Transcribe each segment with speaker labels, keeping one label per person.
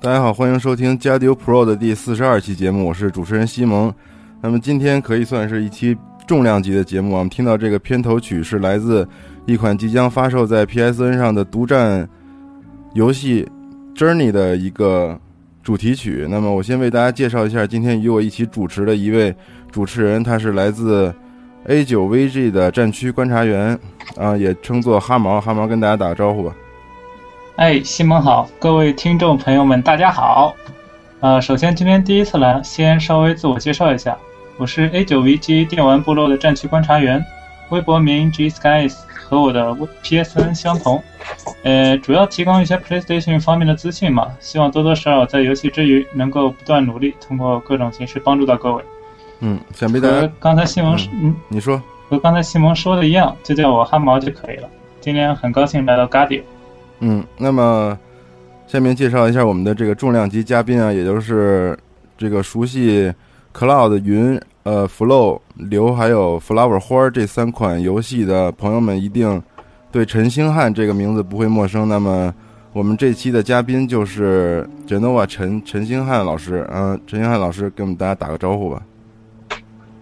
Speaker 1: 大家好，欢迎收听《加迪 Pro》的第四十二期节目，我是主持人西蒙。那么今天可以算是一期重量级的节目啊。我们听到这个片头曲是来自一款即将发售在 PSN 上的独占游戏《Journey》的一个主题曲。那么我先为大家介绍一下今天与我一起主持的一位主持人，他是来自 A 九 VG 的战区观察员啊，也称作哈毛。哈毛跟大家打个招呼吧。
Speaker 2: 哎，西蒙好，各位听众朋友们，大家好。呃，首先今天第一次来，先稍微自我介绍一下，我是 A 九 VG 电玩部落的战区观察员，微博名 G Skies 和我的 PSN 相同。呃，主要提供一些 PlayStation 方面的资讯嘛，希望多多少少在游戏之余能够不断努力，通过各种形式帮助到各位。
Speaker 1: 嗯，想必大
Speaker 2: 和
Speaker 1: 家
Speaker 2: 刚才西蒙说嗯，
Speaker 1: 你说，
Speaker 2: 和刚才西蒙说的一样，就叫我哈毛就可以了。今天很高兴来到 Guardio。
Speaker 1: 嗯，那么下面介绍一下我们的这个重量级嘉宾啊，也就是这个熟悉 Cloud 云、呃 Flow 流还有 Flower 花儿这三款游戏的朋友们，一定对陈星汉这个名字不会陌生。那么我们这期的嘉宾就是 Genova 陈陈星汉老师，嗯、陈星汉老师给我们大家打个招呼吧。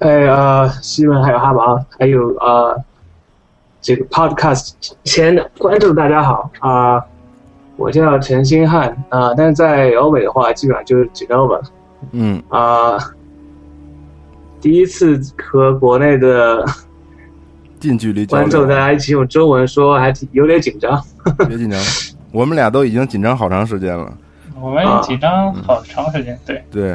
Speaker 3: 哎啊，呃西文还有哈马，还有啊、呃这个 podcast 前的观众大家好啊、我叫陈星汉啊、但是在欧美的话，基本上就是 Genova
Speaker 1: 嗯
Speaker 3: 啊、第一次和国内的
Speaker 1: 近距离交
Speaker 3: 观
Speaker 1: 流
Speaker 3: 众，大家一起用中文说，还挺有点紧张。
Speaker 1: 别紧张，我们俩都已经紧张好长时间了。
Speaker 2: 我们也紧张好长时间，对，
Speaker 1: 对，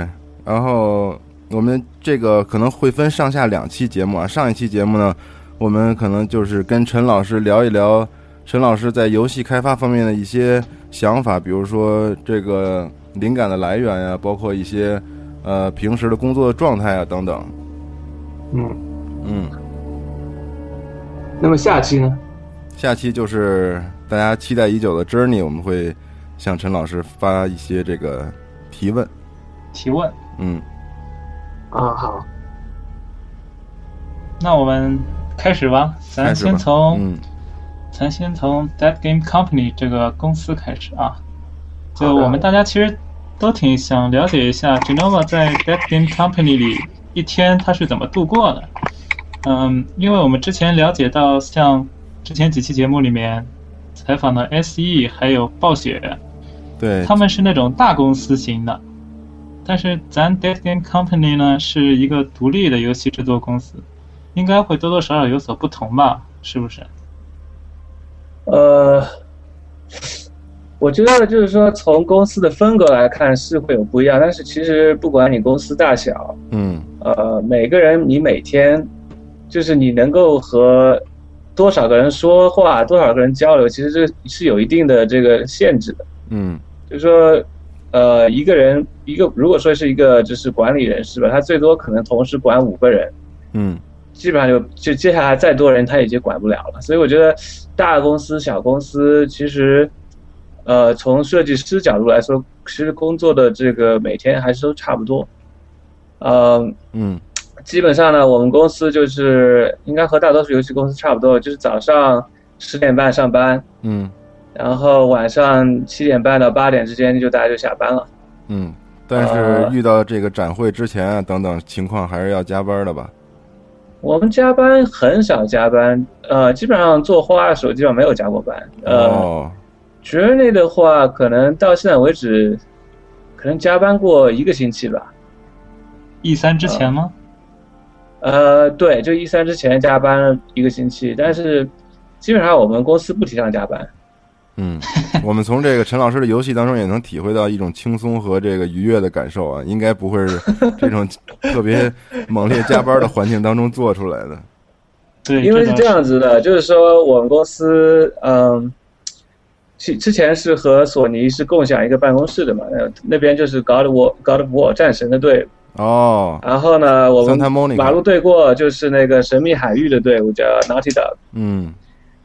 Speaker 1: 然后我们这个可能会分上下两期节目啊。上一期节目呢，我们可能就是跟陈老师聊一聊陈老师在游戏开发方面的一些想法，比如说这个灵感的来源呀、啊包括一些呃平时的工作状态啊等等。
Speaker 3: 嗯，
Speaker 1: 嗯，
Speaker 3: 那么下期呢？
Speaker 1: 下期就是大家期待已久的 Journey，我们会向陈老师发一些这个提问。
Speaker 2: 提问。
Speaker 1: 嗯，
Speaker 3: 啊，好，
Speaker 2: 那我们开始吧，
Speaker 1: 开
Speaker 2: 咱
Speaker 1: 始吧
Speaker 2: 先从、
Speaker 1: 嗯
Speaker 2: 咱先从 Dead Game Company 这个公司开始啊。就
Speaker 3: 好的
Speaker 2: 我们大家其实都挺想了解一下 Genova 在 Dead Game Company 里一天它是怎么度过的。嗯，因为我们之前了解到，像之前几期节目里面采访的 SE 还有暴雪，
Speaker 1: 对，
Speaker 2: 他们是那种大公司型的，但是咱 Dead Game Company 呢是一个独立的游戏制作公司，应该会多多少少有所不同吧？是不是？
Speaker 4: 呃，我觉得就是说，从公司的风格来看是会有不一样，但是其实不管你公司大小，
Speaker 1: 嗯
Speaker 4: 呃，每个人你每天就是你能够和多少个人说话，多少个人交流，其实是是有一定的这个限制的。
Speaker 1: 嗯
Speaker 4: 就是说，呃，一个人一个如果说是一个就是管理人士吧，他最多可能同时管五个人，
Speaker 1: 嗯
Speaker 4: 基本上就就接下来再多人他已经管不了了。所以我觉得大公司、小公司其实，呃，从设计师角度来说，其实工作的这个每天还是都差不多。呃，
Speaker 1: 嗯
Speaker 4: 基本上呢，我们公司就是应该和大多数游戏公司差不多，就是早上十点半上班，
Speaker 1: 嗯
Speaker 4: 然后晚上七点半到八点之间就大家就下班了。
Speaker 1: 嗯，但
Speaker 4: 呃
Speaker 1: 是遇到这个展会之前啊等等情况，还是要加班的吧？
Speaker 4: 我们加班很少加班，呃，基本上做花的时候基本上没有加过班。呃，
Speaker 1: 哦，
Speaker 4: 学内的话，可能到现在为止，可能加班过一个星期吧。
Speaker 2: E 三之前吗？
Speaker 4: 呃，对，就一三之前加班了一个星期，但是基本上我们公司不提倡加班。
Speaker 1: 嗯， 我们从这个陈老师的游戏当中也能体会到一种轻松和这个愉悦的感受啊，应该不会是这种特别猛烈加班的环境当中做出来的。
Speaker 2: 对，
Speaker 4: 因
Speaker 2: 这
Speaker 4: 为是
Speaker 2: 倒
Speaker 4: 这样子的，就是说我们公司，嗯，之之前是和索尼是共享一个办公室的嘛，呃那边就是 God of War God of War 战神的队，
Speaker 1: 哦，
Speaker 4: 然后呢，我
Speaker 1: Santa
Speaker 4: 们
Speaker 1: Monica
Speaker 4: 呃马路对过就是那个神秘海域的队伍叫 Naughty Dog，
Speaker 1: 嗯，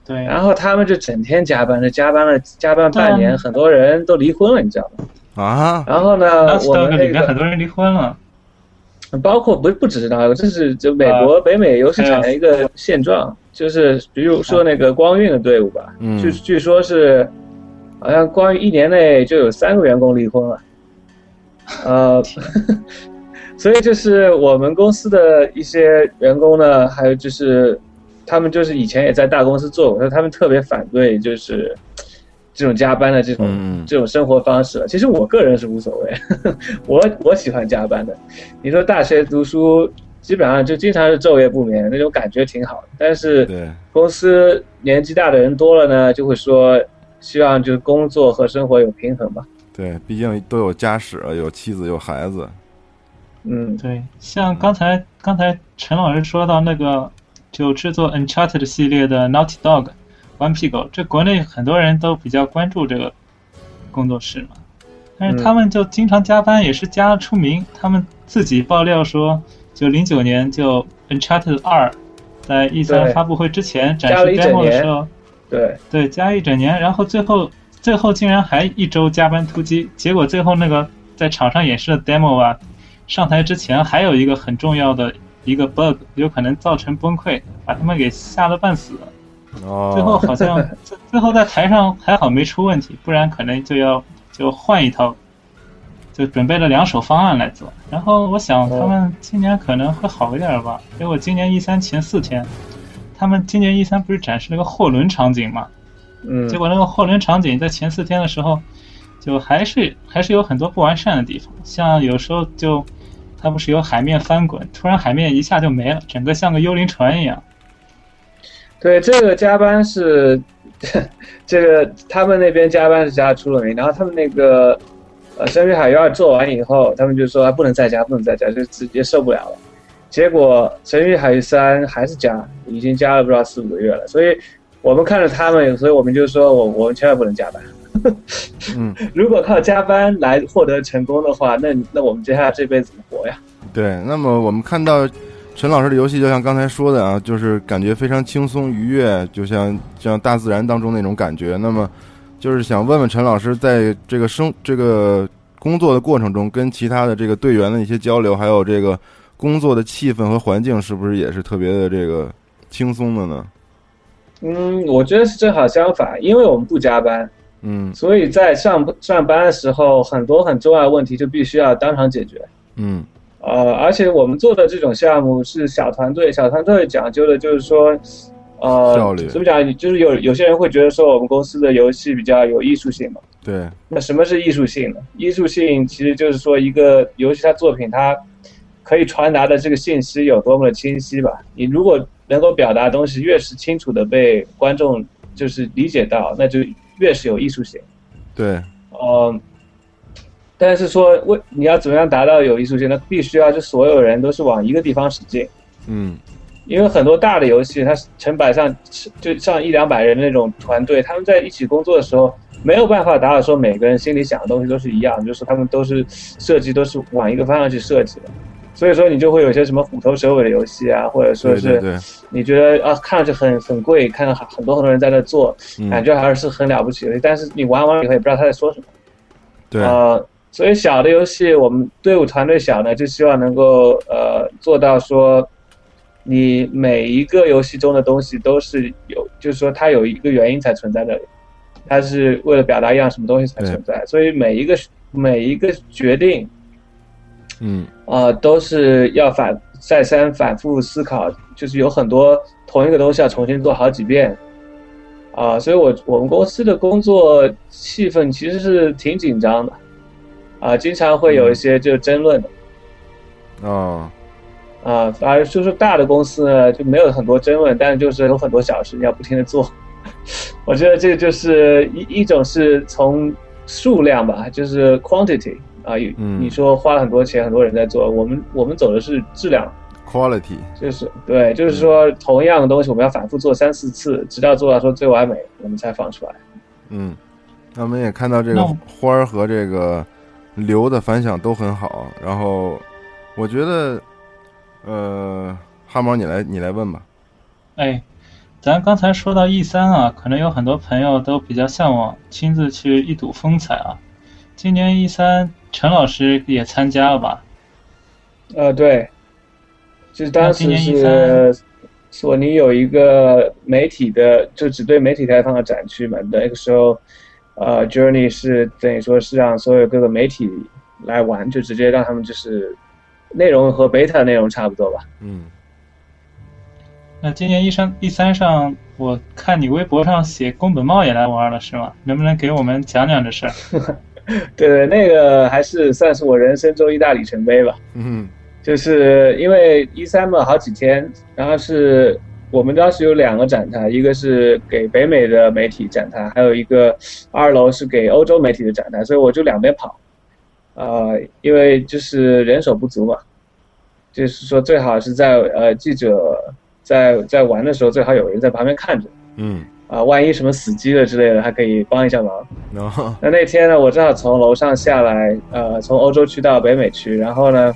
Speaker 2: 对，
Speaker 4: 然后他们就整天加班，就加班了加班半
Speaker 2: 对啊
Speaker 4: 年，很多人都离婚了，你知道吗？
Speaker 1: 啊，
Speaker 4: 然后呢，
Speaker 2: Last
Speaker 4: 我们
Speaker 2: Dog 里
Speaker 4: 那
Speaker 2: 面很
Speaker 4: 个
Speaker 2: 多人离婚了，
Speaker 4: 包括不不只是那个，这是就美国北美游戏产业一个现状，就是比如说那个光晕的队伍吧，
Speaker 1: 嗯
Speaker 4: 据据说是好像光晕一年内就有三个员工离婚了，呃， 所以就是我们公司的一些员工呢，还有就是他们就是以前也在大公司做过，但他们特别反对就是。这种加班的这种、
Speaker 1: 嗯嗯
Speaker 4: 这种生活方式，其实我个人是无所谓， 我我喜欢加班的，你说大学读书，基本上就经常是昼夜不眠，那种感觉挺好的。但是
Speaker 1: 对，
Speaker 4: 公司年纪大的人多了呢，就会说希望就是工作和生活有平衡吧。
Speaker 1: 对，毕竟都有家室了，有妻子，有孩子。
Speaker 4: 嗯，
Speaker 2: 对，像刚才刚才陈老师说到那个，就制作 Uncharted 系列的 Naughty Dog，顽皮狗，这国内很多人都比较关注这个工作室嘛，但是他们就经常加班，也是加出名。他们自己爆料说，就零九年就 Uncharted 二在 E 三
Speaker 4: 对
Speaker 2: 发布会之前展
Speaker 4: 加了
Speaker 2: 示
Speaker 4: 一整
Speaker 2: demo 的
Speaker 4: 年
Speaker 2: 时候，
Speaker 4: 对，
Speaker 2: 对，加一整年，然后最后最后竟然还一周加班突击，结果最后那个在场上演示的 demo 啊，上台之前还有一个很重要的一个 bug，有可能造成崩溃，把他们给吓得半死。
Speaker 1: 哦，
Speaker 2: 最后好像最最后在台上还好没出问题，不然可能就要就换一套，就准备了两手方案来做。然后我想
Speaker 4: 哦
Speaker 2: 他们今年可能会好一点儿吧，结果今年 E 三前四天，他们今年 E 三不是展示了个货轮场景嘛？
Speaker 4: 嗯，
Speaker 2: 结果那个货轮场景在前四天的时候，就还是还是有很多不完善的地方，像有时候就它不是有海面翻滚，突然海面一下就没了，整个像个幽灵船一样。
Speaker 4: 对这个加班是 这个他们那边加班是加得出了名，然后他们那个呃《深水海域二》做完以后，他们就说、啊、不能再加，不能再加，就直接受不了了。结果《神域海域三》还是加，已经加了不知道四五个月了，所以我们看着他们，所以我们就说我我们千万不能加班。
Speaker 1: 嗯，
Speaker 4: 如果靠加班来获得成功的话，那那我们接下来这辈子怎么活呀？
Speaker 1: 对，那么我们看到陈老师的游戏，就像刚才说的啊，就是感觉非常轻松愉悦，就像像大自然当中那种感觉。那么就是想问问陈老师，在这个生这个工作的过程中，跟其他的这个队员的一些交流，还有这个工作的气氛和环境，是不是也是特别的这个轻松的呢？
Speaker 4: 嗯，我觉得是正好相反，因为我们不加班，
Speaker 1: 嗯
Speaker 4: 所以在上上班的时候，很多很重要的问题就必须要当场解决。
Speaker 1: 嗯
Speaker 4: 呃，而且我们做的这种项目是小团队，小团队讲究的就是说，呃，
Speaker 1: 效率
Speaker 4: 怎么讲？就是有有些人会觉得说我们公司的游戏比较有艺术性嘛。
Speaker 1: 对，
Speaker 4: 那什么是艺术性呢？艺术性其实就是说一个游戏它作品它可以传达的这个信息有多么的清晰吧。你如果能够表达的东西越是清楚的被观众就是理解到，那就越是有艺术性。
Speaker 1: 对，
Speaker 4: 呃，但是说为你要怎么样达到有艺术性，那必须要就所有人都是往一个地方使劲，
Speaker 1: 嗯
Speaker 4: 因为很多大的游戏，它成百上就上一两百人的那种团队，他们在一起工作的时候，没有办法达到说每个人心里想的东西都是一样，就是他们都是设计都是往一个方向去设计的。所以说，你就会有一些什么虎头蛇尾的游戏啊，或者说
Speaker 1: 对对
Speaker 4: 是
Speaker 1: 对，
Speaker 4: 你觉得啊，看上去很很贵，看到很多很多人在那做，感
Speaker 1: 嗯
Speaker 4: 觉好像是很了不起的，但是你玩完了以后也不知道他在说什么。
Speaker 1: 对，
Speaker 4: 呃，所以小的游戏，我们队伍团队小呢，就希望能够呃做到说，你每一个游戏中的东西都是有，就是说它有一个原因才存在那里，它是为了表达一样什么东西才存在，所以每一个每一个决定
Speaker 1: 嗯
Speaker 4: 呃，都是要反再三反复思考，就是有很多同一个东西要重新做好几遍，啊、所以我我们公司的工作气氛其实是挺紧张的，啊、经常会有一些就争论的，
Speaker 1: 啊
Speaker 4: 啊、反而就是大的公司呢就没有很多争论，但是就是有很多小事你要不停的做。 我觉得这个就是一一种是从数量吧，就是 quantity 啊、有
Speaker 1: 嗯
Speaker 4: 你说花了很多钱，很多人在做，我们我们走的是质量，
Speaker 1: ，quality，
Speaker 4: 就是对，就
Speaker 2: 嗯
Speaker 4: 是说同样的东西我们要反复做三四次，直到做到说最完美，我们才放出来。
Speaker 1: 嗯，那我们也看到这个
Speaker 2: 那我
Speaker 1: 花儿和这个刘的反响都很好，然后我觉得，呃，哈毛你来你来问吧，
Speaker 2: 哎，咱刚才说到 E 三啊，可能有很多朋友都比较向往亲自去一睹风采啊。今年 E 三，陈老师也参加了吧？
Speaker 4: 呃，对，就是当时
Speaker 2: 那今年
Speaker 4: 是索尼有一个媒体的，就只对媒体开放的展区嘛。那个时候，呃，Journey 是等于说是让所有各个媒体来玩，就直接让他们就是内容和 beta 内容差 不多吧。
Speaker 1: 嗯
Speaker 2: 那今年 E 三 E 三上，我看你微博上写宫本茂也来玩了是吗？能不能给我们讲讲这事儿？哎
Speaker 4: 对对，那个还是算是我人生中一大里程碑吧。
Speaker 1: 嗯
Speaker 4: 就是因为一三嘛，好几天，然后是我们当时有两个展台，一个是给北美的媒体展台，还有一个二楼是给欧洲媒体的展台，所以我就两边跑，呃，因为就是人手不足嘛，就是说最好是在呃记者在在玩的时候，最好有人在旁边看着，
Speaker 1: 嗯，
Speaker 4: 啊、万一什么死机了之类的，还可以帮一下忙。
Speaker 1: 然后
Speaker 4: 那那天呢，我正好从楼上下来，呃，从欧洲区到北美区，然后呢，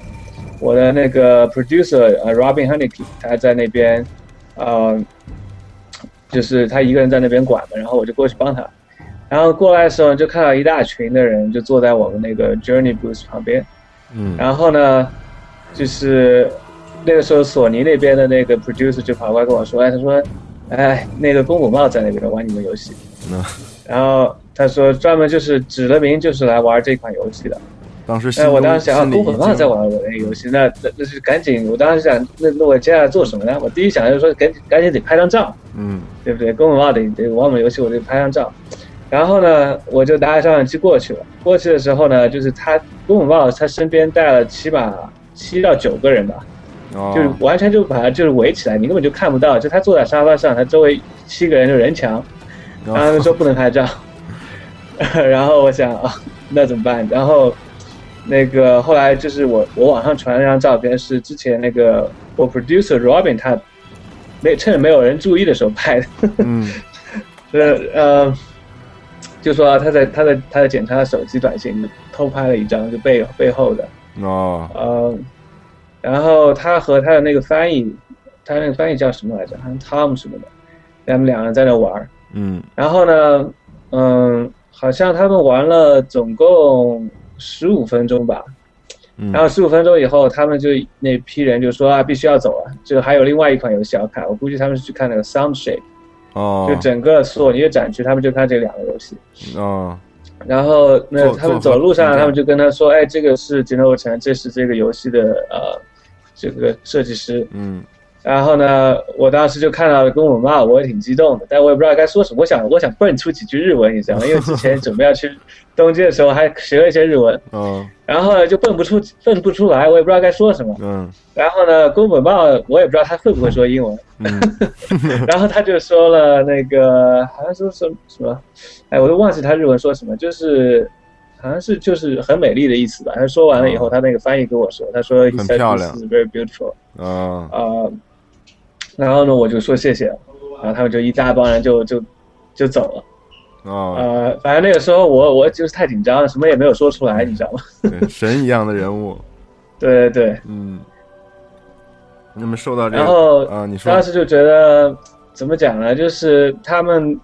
Speaker 4: 我的那个 producer 呃 Robin Haneke 他在那边，呃，就是他一个人在那边管嘛，然后我就过去帮他，然后过来的时候就看到一大群的人就坐在我们那个 Journey Booth 旁边，
Speaker 1: 嗯
Speaker 4: 然后呢，就是那个时候索尼那边的那个 producer 就跑过来跟我说，哎，他说，哎，那个公谷茂在那边玩你们游戏，
Speaker 1: 嗯
Speaker 4: 然后他说专门就是指了名就是来玩这款游戏的。
Speaker 1: 当时心
Speaker 4: 哎，我
Speaker 1: 中
Speaker 4: 当时想，啊，
Speaker 1: 心里
Speaker 4: 公
Speaker 1: 一
Speaker 4: 谷茂
Speaker 1: 惊，
Speaker 4: 在玩我那个游戏，那那那是赶紧，我当时想，那那我接下来做什么呢？我第一想就是说，赶紧赶紧得拍张照。
Speaker 1: 嗯
Speaker 4: 对不对？跟我妈得得玩我游戏，我得拍张照。然后呢，我就拿着照相机过去了。过去的时候呢，就是他跟我爸他身边带了起码七到九个人吧，
Speaker 1: 哦
Speaker 4: 就是完全就把他就是围起来，你根本就看不到。就他坐在沙发上，他周围七个人就人墙，
Speaker 1: 哦
Speaker 4: 然后他们说不能拍照。 然后我想啊，那怎么办？然后那个后来就是我我网上传了一张照片，是之前那个我 producer Robin 他没趁着没有人注意的时候拍的。
Speaker 1: 嗯
Speaker 4: 呃呃，就说他在他在他在检查手机短信，偷拍了一张，就背背后的，
Speaker 1: 哦
Speaker 4: 呃，然后他和他的那个翻译，他那个翻译叫什么来着？好像 Tom 什么的，他们两个人在那玩儿。
Speaker 1: 嗯
Speaker 4: 然后呢，嗯，好像他们玩了总共十五分钟吧，
Speaker 1: 嗯，
Speaker 4: 然后十五分钟以后，他们就那批人就说啊，必须要走了，就还有另外一款游戏要看，我估计他们是去看那个 Sound Shape。
Speaker 1: 哦
Speaker 4: 就整个索尼的展区，他们就看这两个游戏。
Speaker 1: 哦
Speaker 4: 然后那
Speaker 1: 做嗯
Speaker 4: 他们走
Speaker 1: 做
Speaker 4: 路上，
Speaker 1: 法
Speaker 4: 他们就跟他说：“哎，这个是节流城，这是这个游戏的呃这个设计师。
Speaker 1: 嗯”
Speaker 4: 然后呢，我当时就看到跟我妈，我也挺激动的，但我也不知道该说什么。我想我想蹦出几句日文，你知道吗？因为之前准备要去东京的时候还学了一些日文，
Speaker 1: 哦
Speaker 4: 然后呢就蹦不出蹦不出来，我也不知道该说什么。
Speaker 1: 嗯
Speaker 4: 然后呢，宫本茂我也不知道他会不会说英文，
Speaker 1: 嗯
Speaker 4: 然后他就说了那个，好像说什么什么，哎，我都忘记他日文说什么，就是好像是就是很美丽的意思吧。他说完了以后，
Speaker 1: 哦
Speaker 4: 他那个翻译跟我说，他说
Speaker 1: 很漂亮
Speaker 4: "This is very beautiful
Speaker 1: 哦
Speaker 4: 啊、然后呢，我就说谢谢，然后他们就一大帮人就就就走了。
Speaker 1: 哦，
Speaker 4: 呃，反正那个时候我我就是太紧张了，什么也没有说出来，你知道吗？
Speaker 1: 对神一样的人物，
Speaker 4: 对对对，
Speaker 1: 嗯。那么受到这个，
Speaker 4: 然后
Speaker 1: 啊，你说
Speaker 4: 当时就觉得怎么讲呢？就是他们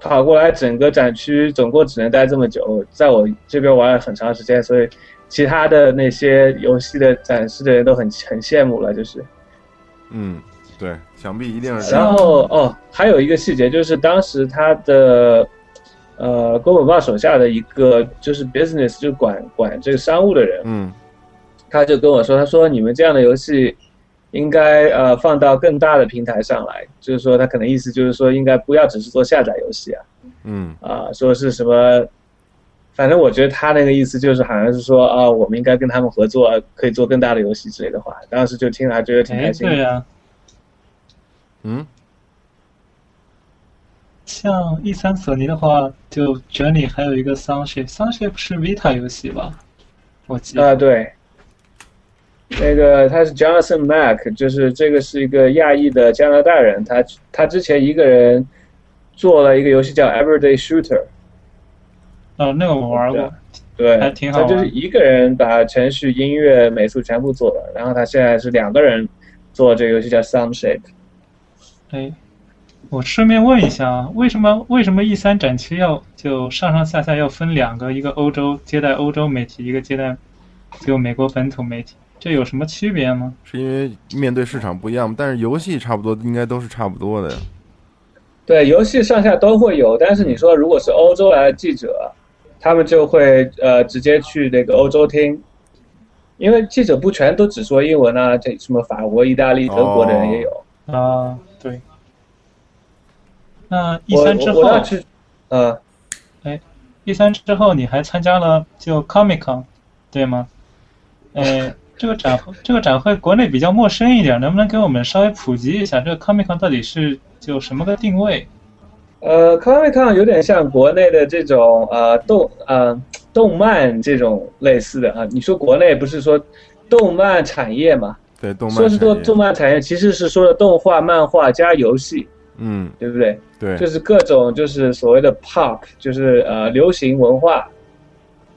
Speaker 4: 跑过来，整个展区总共只能待这么久，在我这边玩了很长时间，所以其他的那些游戏的展示的人都很很羡慕了，就是。
Speaker 1: 嗯，对，想必一定是这
Speaker 4: 然
Speaker 1: 样。
Speaker 4: 后哦，还有一个细节就是当时他的。呃，郭本茂手下的一个就是 business，就管管这个商务的人，
Speaker 1: 嗯
Speaker 4: 他就跟我说，他说你们这样的游戏应该呃放到更大的平台上来，就是说他可能意思就是说应该不要只是做下载游戏啊，
Speaker 1: 嗯
Speaker 4: 啊、说是什么，反正我觉得他那个意思就是好像是说啊、我们应该跟他们合作，可以做更大的游戏之类的话，当时就听了还觉得挺
Speaker 2: 哎，
Speaker 4: 开心的。
Speaker 2: 对呀、
Speaker 1: 嗯，
Speaker 2: 像 E 三索尼的话，就卷里还有一个 Sunship，Sunship 是 Vita 游戏吧？我记
Speaker 4: 啊，
Speaker 2: 得。
Speaker 4: 对，那个他是 Jonathan Mack，就是这个是一个亚裔的加拿大人，他他之前一个人做了一个游戏叫 Everyday Shooter，
Speaker 2: 呃，那个我玩过。
Speaker 4: 对，
Speaker 2: 还挺好玩
Speaker 4: 他就是一个人把程序、音乐、美术全部做了，然后他现在是两个人做这个游戏叫 Sound Shape。
Speaker 2: 哎，我顺便问一下啊，为什么为什么 E 三展区要就上上下下要分两个，一个欧洲接待欧洲媒体，一个接待就美国本土媒体，这有什么区别吗？
Speaker 1: 是因为面对市场不一样，但是游戏差不多应该都是差不多的呀。
Speaker 4: 对，游戏上下都会有，但是你说如果是欧洲来的记者，他们就会呃直接去那个欧洲厅，因为记者不全都只说英文啊，这什么法国、意大利、德国的人也有。
Speaker 2: 啊，对。那 E
Speaker 4: 我
Speaker 2: 三之
Speaker 4: 我我
Speaker 2: 后
Speaker 4: 那去，呃，
Speaker 2: ，E 三之后你还参加了就 Comic Con，对吗？哎，这个展会这个展会国内比较陌生一点，能不能给我们稍微普及一下这个 Comic Con 到底是就什么个定位？
Speaker 4: 呃，Comic Con 有点像国内的这种呃动呃动漫这种类似的啊。你说国内不是说动漫产业嘛？
Speaker 1: 对，动漫
Speaker 4: 说是
Speaker 1: 产
Speaker 4: 做
Speaker 1: 业
Speaker 4: 动漫产业，其实是说的动画、漫画加游戏，
Speaker 1: 嗯，
Speaker 4: 对不对？
Speaker 1: 对，
Speaker 4: 就是各种就是所谓的 pop，就是呃流行文化。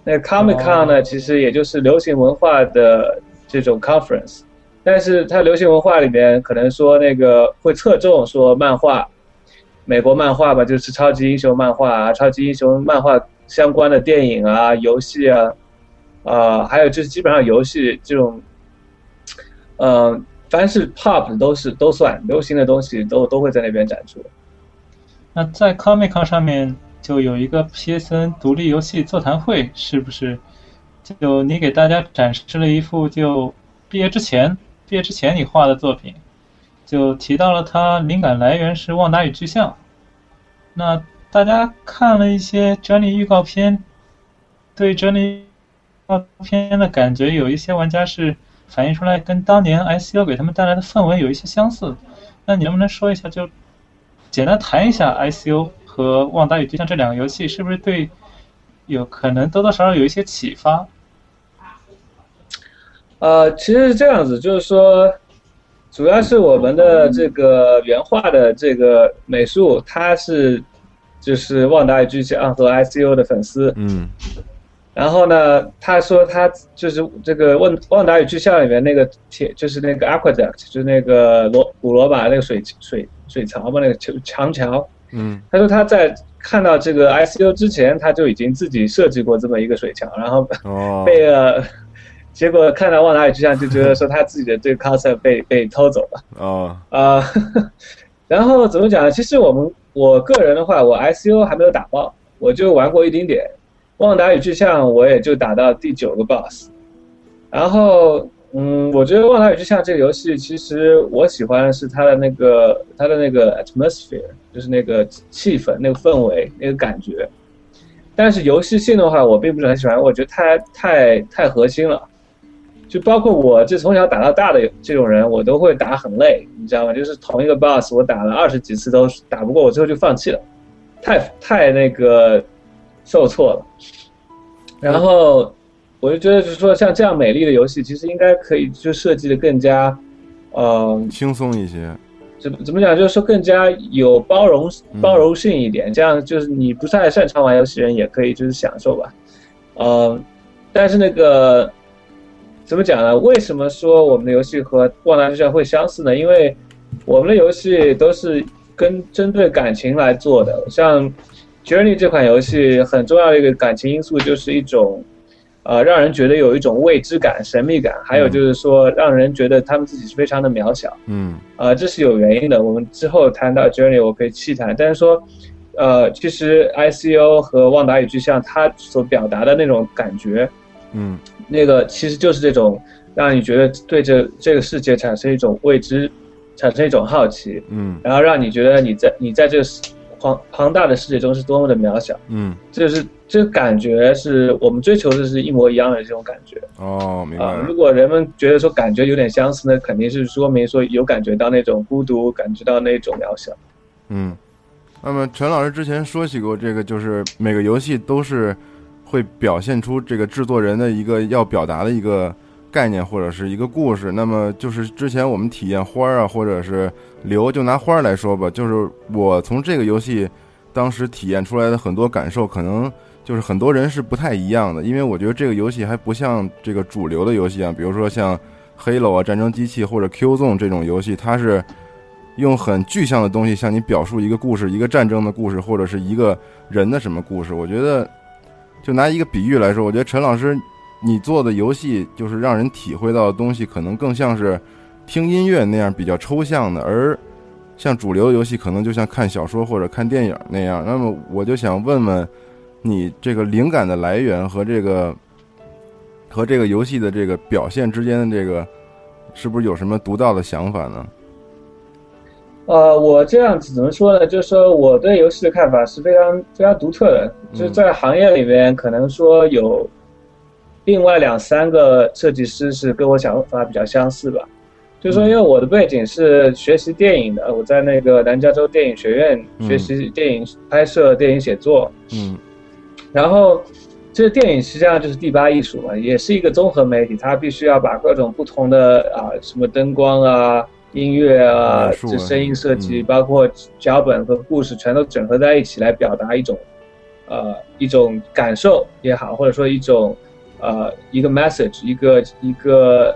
Speaker 4: 那 Comic Con 呢，其实也就是流行文化的这种 conference，但是它流行文化里面可能说那个会侧重说漫画，美国漫画吧，就是超级英雄漫画啊，超级英雄漫画相关的电影啊、游戏啊，呃，还有就是基本上游戏这种，呃，凡是 pop 的都是都算流行的东西都都会在那边展出。
Speaker 2: 那在 Comic Con 上面就有一个 PSN 独立游戏座谈会，是不是？就你给大家展示了一幅就毕业之前毕业之前你画的作品，就提到了它灵感来源是《旺达与巨像》。那大家看了一些 Johnny 预告片，对 Johnny 预告片的感觉，有一些玩家是反映出来跟当年 ICO 给他们带来的氛围有一些相似。那你能不能说一下就简单谈一下 ICO 和《旺达与巨像》这两个游戏，是不是对有可能多多少少有一些启发？
Speaker 4: 呃，其实是这样子，就是说，主要是我们的这个原画的这个美术，他是就是旺达与巨像和 ICU 的粉丝。
Speaker 1: 嗯
Speaker 4: 然后呢，他说他就是这个《旺旺达与巨像》里面那个铁，就是那个 aqueduct，就是那个罗古罗马那个水水水槽嘛，那个桥长桥。
Speaker 1: 嗯
Speaker 4: 他说他在看到这个 ICU 之前，他就已经自己设计过这么一个水桥，然后
Speaker 1: 哦，
Speaker 4: 被呃，结果看到《旺达与巨像》就觉得说他自己的这个 concept 被被偷走了
Speaker 1: 哦
Speaker 4: 啊、 呃然后怎么讲呢？其实我们我个人的话，我 ICO 还没有打爆，我就玩过一丁点，《旺达与巨像》我也就打到第九个 boss。然后嗯，我觉得《旺达与巨像》这个游戏，其实我喜欢的是它的那个它的那个 atmosphere，就是那个气氛、那个氛围、那个感觉。但是游戏性的话，我并不是很喜欢，我觉得太太太核心了。就包括我这从小打到大的这种人，我都会打很累，你知道吗？就是同一个 boss，我打了二十几次都打不过，我最后就放弃了，太太那个受挫了。然后我就觉得，就是说像这样美丽的游戏，其实应该可以就设计的更加，呃，
Speaker 1: 轻松一些，
Speaker 4: 怎么怎么讲，就是说更加有包容
Speaker 1: 嗯
Speaker 4: 包容性一点，这样就是你不太擅长玩游戏的人也可以就是享受吧，呃，但是那个怎么讲呢？为什么说我们的游戏和《旺达之战》会相似呢？因为我们的游戏都是跟针对感情来做的，像《Journey》这款游戏很重要的一个感情因素就是一种。呃，让人觉得有一种未知感、神秘感，还有就是说，让人觉得他们自己是非常的渺小。
Speaker 1: 嗯
Speaker 4: 呃，这是有原因的。我们之后谈到 Journey，我可以细谈。但是说，呃，其实 ICO 和旺达与巨像它所表达的那种感觉，
Speaker 1: 嗯
Speaker 4: 那个其实就是这种让你觉得对这这个世界产生一种未知，产生一种好奇，
Speaker 1: 嗯
Speaker 4: 然后让你觉得你在你在这个世庞庞大的世界中是多么的渺小。
Speaker 1: 嗯，
Speaker 4: 这是这感觉是我们追求的是一模一样的这种感觉
Speaker 1: 哦，明白
Speaker 4: 啊、
Speaker 1: 了
Speaker 4: 如，果人们觉得说感觉有点相似，那肯定是说明说有感觉到那种孤独，感觉到那种渺小。
Speaker 1: 嗯。那么陈老师之前说起过，这个就是每个游戏都是会表现出这个制作人的一个要表达的一个概念或者是一个故事。那么就是之前我们体验花儿啊，或者是流，就拿花儿来说吧，就是我从这个游戏当时体验出来的很多感受，可能就是很多人是不太一样的，因为我觉得这个游戏还不像这个主流的游戏啊，比如说像《Halo》啊、《战争机器》或者《Q Zone》这种游戏，它是用很具象的东西向你表述一个故事、一个战争的故事，或者是一个人的什么故事。我觉得，就拿一个比喻来说，我觉得陈老师你做的游戏，就是让人体会到的东西，可能更像是听音乐那样比较抽象的，而像主流的游戏，可能就像看小说或者看电影那样。那么我就想问问你，这个灵感的来源和这个和这个游戏的这个表现之间的这个，是不是有什么独到的想法呢？
Speaker 4: 呃，我这样子怎么说呢？就是说我对游戏的看法是非常非常独特的，
Speaker 1: 嗯
Speaker 4: 就是在行业里面，可能说有另外两三个设计师是跟我想法比较相似吧。就是说，因为我的背景是学习电影的，我在那个南加州电影学院
Speaker 1: 嗯
Speaker 4: 学习电影拍摄、电影写作，
Speaker 1: 嗯
Speaker 4: 然后，这电影实际上就是第八艺术嘛，也是一个综合媒体，它必须要把各种不同的啊、什么灯光啊、音乐啊、
Speaker 1: 美术啊
Speaker 4: 这声音设计，
Speaker 1: 嗯
Speaker 4: 包括脚本和故事，全都整合在一起来表达一种，呃，一种感受也好，或者说一种，呃，一个 message，一个一个，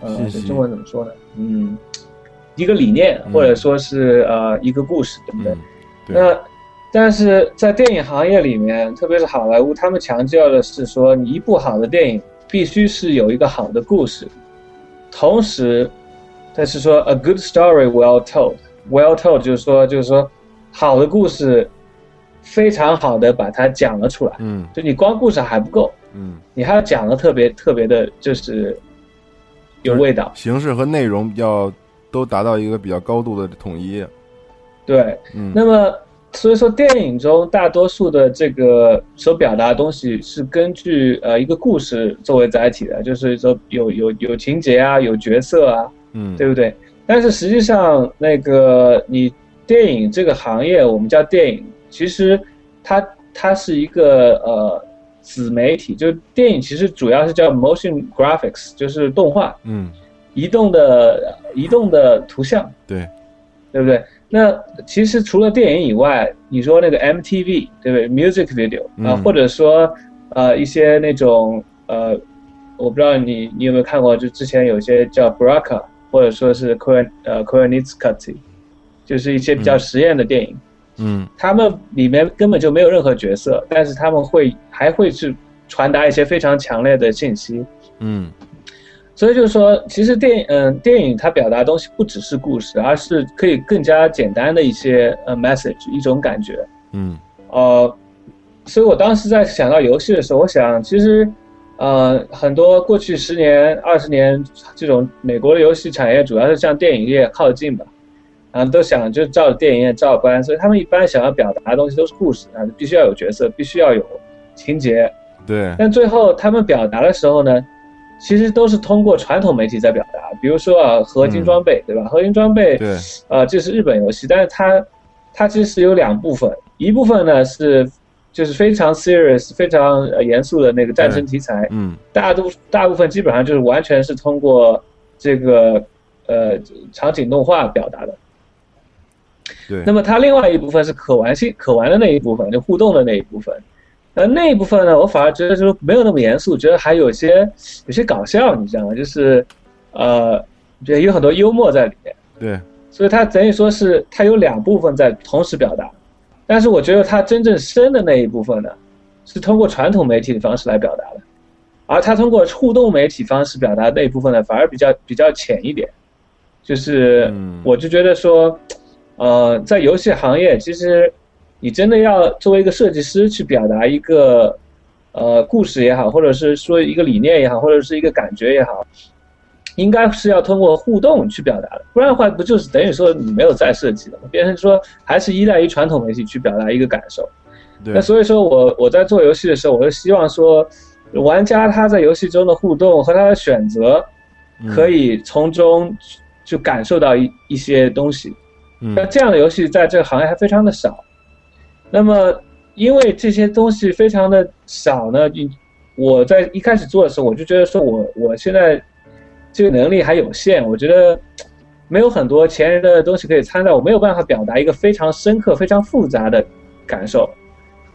Speaker 4: 呃
Speaker 1: 信，息
Speaker 4: 中文怎么说呢？嗯，一个理念，或者说是呃一个故事，对不对？
Speaker 1: 嗯，对，
Speaker 4: 那但是在电影行业里面，特别是好莱坞，他们强调的是说，你一部好的电影必须是有一个好的故事，同时，但是说 a good story well told，well told 就是说就是说好的故事非常好的把它讲了出来，
Speaker 1: 嗯
Speaker 4: 就你光故事还不够，
Speaker 1: 嗯，
Speaker 4: 你还要讲的特别特别的，就是有味道。
Speaker 1: 形式和内容要都达到一个比较高度的统一。
Speaker 4: 对，
Speaker 1: 嗯，
Speaker 4: 那么所以说电影中大多数的这个所表达的东西是根据呃一个故事作为载体的，就是说有有有情节啊，有角色啊，
Speaker 1: 嗯
Speaker 4: 对不对？但是实际上那个你电影这个行业，我们叫电影，其实它它是一个呃。子媒体就是电影，其实主要是叫 motion graphics，就是动画，
Speaker 1: 嗯，
Speaker 4: 移动的呃移动的图像。
Speaker 1: 对，
Speaker 4: 对不对？那其实除了电影以外，你说那个 MTV 对不对？Music video 啊、
Speaker 1: 嗯
Speaker 4: 或者说呃一些那种呃，我不知道你你有没有看过，就之前有些叫 Braka，或者说是 k o r n 呃 k o r n i t s k a t i 就是一些比较
Speaker 1: 嗯
Speaker 4: 实验的电影，
Speaker 1: 嗯
Speaker 4: 他们里面根本就没有任何角色，但是他们会还会去传达一些非常强烈的信息。
Speaker 1: 嗯
Speaker 4: 所以就是说，其实电影，嗯、电影它表达的东西不只是故事，而是可以更加简单的一些呃 message，一种感觉。
Speaker 1: 嗯
Speaker 4: 呃，所以我当时在想到游戏的时候，我想其实，呃，很多过去十年、二十年这种美国的游戏产业，主要是向电影业靠近吧，然后都想就照着电影业照搬，所以他们一般想要表达的东西都是故事啊，必须要有角色，必须要有情节，
Speaker 1: 对，
Speaker 4: 但最后他们表达的时候呢，其实都是通过传统媒体在表达，比如说啊，合金装备，对吧？合金装备，
Speaker 1: 嗯对，
Speaker 4: 呃，这是日本游戏，但是它它其实有两部分，一部分呢是就是非常 serious、非常呃严肃的那个战争题材，
Speaker 1: 嗯
Speaker 4: 大多大部分基本上就是完全是通过这个呃场景动画表达的。
Speaker 1: 对
Speaker 4: 那，么它另外一部分是可玩性、可玩的那一部分，就互动的那一部分。那那一部分呢，我反而觉得就是没有那么严肃，觉得还有些有些搞笑，你知道吗？就是，呃，也有很多幽默在里面。
Speaker 1: 对，
Speaker 4: 所以它等于说是它有两部分在同时表达，但是我觉得它真正深的那一部分呢，是通过传统媒体的方式来表达的，而它通过互动媒体方式表达的那一部分呢，反而比较比较浅一点，就是
Speaker 1: 嗯
Speaker 4: 我就觉得说，呃，在游戏行业，其实你真的要作为一个设计师去表达一个呃故事也好，或者是说一个理念也好，或者是一个感觉也好，应该是要通过互动去表达的，不然的话不就是等于说你没有再设计了吗？变成说还是依赖于传统媒体去表达一个感受。
Speaker 1: 对
Speaker 4: 那，所以说我我在做游戏的时候，我是希望说，玩家他在游戏中的互动和他的选择，可
Speaker 1: 以，
Speaker 4: 以从中就感受到一一些东西。
Speaker 1: 嗯
Speaker 4: 那这样的游戏在这个行业还非常的少。那么，因为这些东西非常的少呢，你我在一开始做的时候，我就觉得说我我现在这个能力还有限，我觉得没有很多前人的东西可以参照，我没有办法表达一个非常深刻、非常复杂的感受，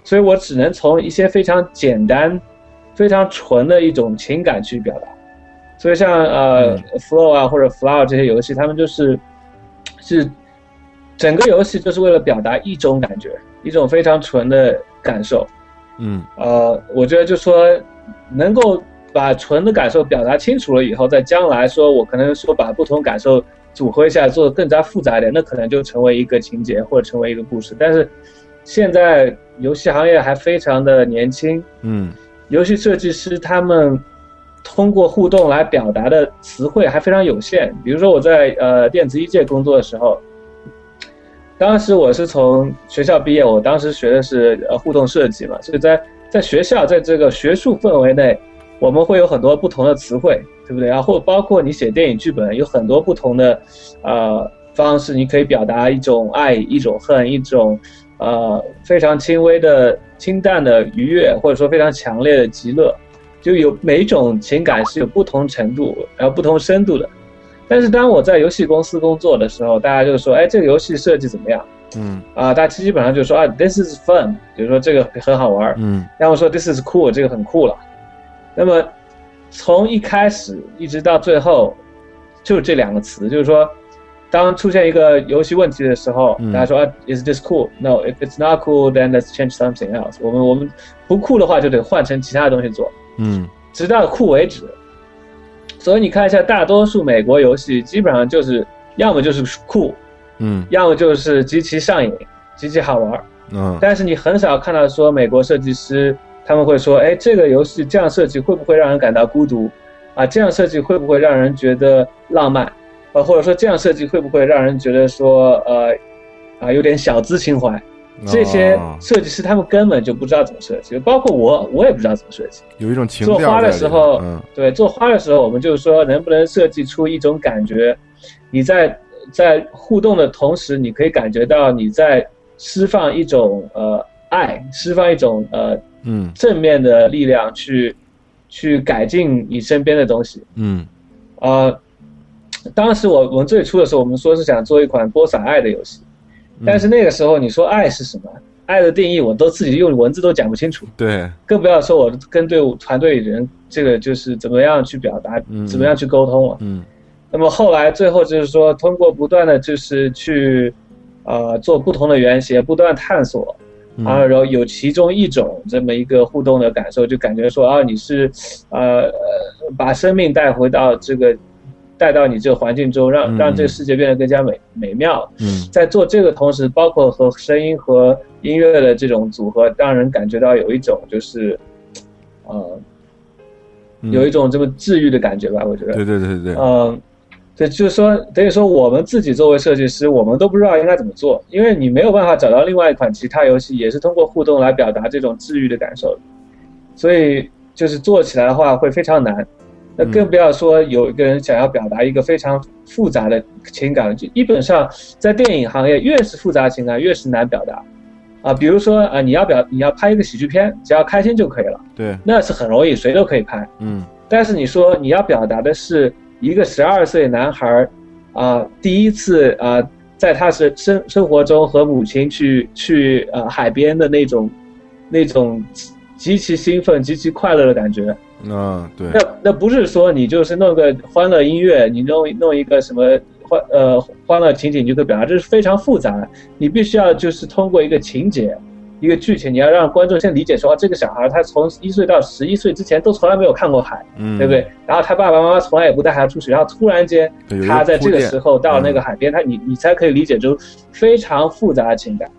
Speaker 4: 所以我只能从一些非常简单、非常纯的一种情感去表达。所以像呃、Flow 啊或者 Flower 这些游戏，他们就是是整个游戏就是为了表达一种感觉，一种非常纯的感受。
Speaker 1: 嗯
Speaker 4: 呃，我觉得就说能够把纯的感受表达清楚了以后，在将来说我可能说把不同感受组合一下，做的更加复杂一点，那可能就成为一个情节或者成为一个故事。但是现在游戏行业还非常的年轻，
Speaker 1: 嗯
Speaker 4: 游戏设计师他们通过互动来表达的词汇还非常有限。比如说我在呃电子一界工作的时候，当时我是从学校毕业，我当时学的是呃互动设计嘛，所以在在学校在这个学术氛围内，我们会有很多不同的词汇，对不对？然后包括你写电影剧本，有很多不同的呃方式，你可以表达一种爱、一种恨、一种呃非常轻微的、清淡的愉悦，或者说非常强烈的极乐，就有每一种情感是有不同程度，然后不同深度的。但是当我在游戏公司工作的时候，大家就说：“哎，这个游戏设计怎么样
Speaker 1: 嗯？”
Speaker 4: 啊，大家基本上就说：“啊，this is fun，比如说这个很好玩。”
Speaker 1: 嗯
Speaker 4: 然后说 this is cool，这个很酷了。那么从一开始一直到最后，就这两个词，就是说，当出现一个游戏问题的时候，
Speaker 1: 嗯
Speaker 4: 大家说、啊、is this cool？No，if it's not cool，then let's change something else。我们我们不酷的话，就得换成其他的东西做。
Speaker 1: 嗯
Speaker 4: 直到酷为止。所以你看一下，大多数美国游戏基本上就是要么就是酷，
Speaker 1: 嗯
Speaker 4: 要么就是极其上瘾、极其好玩儿。
Speaker 1: 嗯
Speaker 4: 但是你很少看到说美国设计师他们会说，哎，这个游戏这样设计会不会让人感到孤独？啊，这样设计会不会让人觉得浪漫？啊，或者说这样设计会不会让人觉得说，呃，啊，有点小资情怀？这些
Speaker 1: 哦
Speaker 4: 设计师他们根本就不知道怎么设计，包括我，我也不知道怎么设计。
Speaker 1: 有一种情
Speaker 4: 做
Speaker 1: 调
Speaker 4: 花的
Speaker 1: 在里
Speaker 4: 时
Speaker 1: 面
Speaker 4: 候
Speaker 1: 嗯
Speaker 4: 对，做花的时候，我们就是说能不能设计出一种感觉，你在在互动的同时，你可以感觉到你在释放一种呃爱，释放一种呃
Speaker 1: 嗯
Speaker 4: 正面的力量去去改进你身边的东西。
Speaker 1: 嗯
Speaker 4: 呃，当时我我们最初的时候，我们说是想做一款播撒爱的游戏，
Speaker 1: 嗯
Speaker 4: 但是那个时候你说爱是什么？爱的定义我都自己用文字都讲不清楚。
Speaker 1: 对
Speaker 4: 更不要说我跟队伍团队里人这个就是怎么样去表达，
Speaker 1: 嗯
Speaker 4: 怎么样去沟通了。
Speaker 1: 嗯
Speaker 4: 那么后来最后就是说，通过不断的就是去，呃，做不同的原型，不断探索，
Speaker 1: 嗯
Speaker 4: 啊，然后有其中一种这么一个互动的感受，就感觉说啊，你是，呃，把生命带回到这个，带到你这个环境中，让
Speaker 1: 嗯
Speaker 4: 让这个世界变得更加美美妙。
Speaker 1: 嗯
Speaker 4: 在做这个同时，包括和声音和音乐的这种组合，让人感觉到有一种就是，呃，
Speaker 1: 嗯
Speaker 4: 有一种这么治愈的感觉吧，我觉得。
Speaker 1: 对对对对对
Speaker 4: 嗯，对，就是说，等于说我们自己作为设计师，我们都不知道应该怎么做，因为你没有办法找到另外一款其他游戏也是通过互动来表达这种治愈的感受的，所以就是做起来的话会非常难。那
Speaker 1: 嗯
Speaker 4: 更不要说有一个人想要表达一个非常复杂的情感，就基本上在电影行业，越是复杂的情感越是难表达。啊，比如说啊，你要表你要拍一个喜剧片，只要开心就可以了，
Speaker 1: 对
Speaker 4: 那是很容易，谁都可以拍。
Speaker 1: 嗯
Speaker 4: 但是你说你要表达的是一个十二岁男孩儿，啊、第一次啊、在他是生生活中和母亲去去呃海边的那种，那种极极其兴奋、极其快乐的感觉。
Speaker 1: 啊对
Speaker 4: 那那不是说你就是弄个欢乐音乐，你弄弄一个什么欢呃欢乐情景你就可以表达，这是非常复杂的。你必须要就是通过一个情节，一个剧情，你要让观众先理解说，啊这个小孩他从一岁到十一岁之前都从来没有看过海。
Speaker 1: 嗯
Speaker 4: 对不对？然后他爸爸妈妈从来也不带他出去，然后突然间
Speaker 1: 对有一个
Speaker 4: 他在
Speaker 1: 铺
Speaker 4: 这个
Speaker 1: 垫嗯
Speaker 4: 时候到那个海边，他你你才可以理解出非常复杂的情感。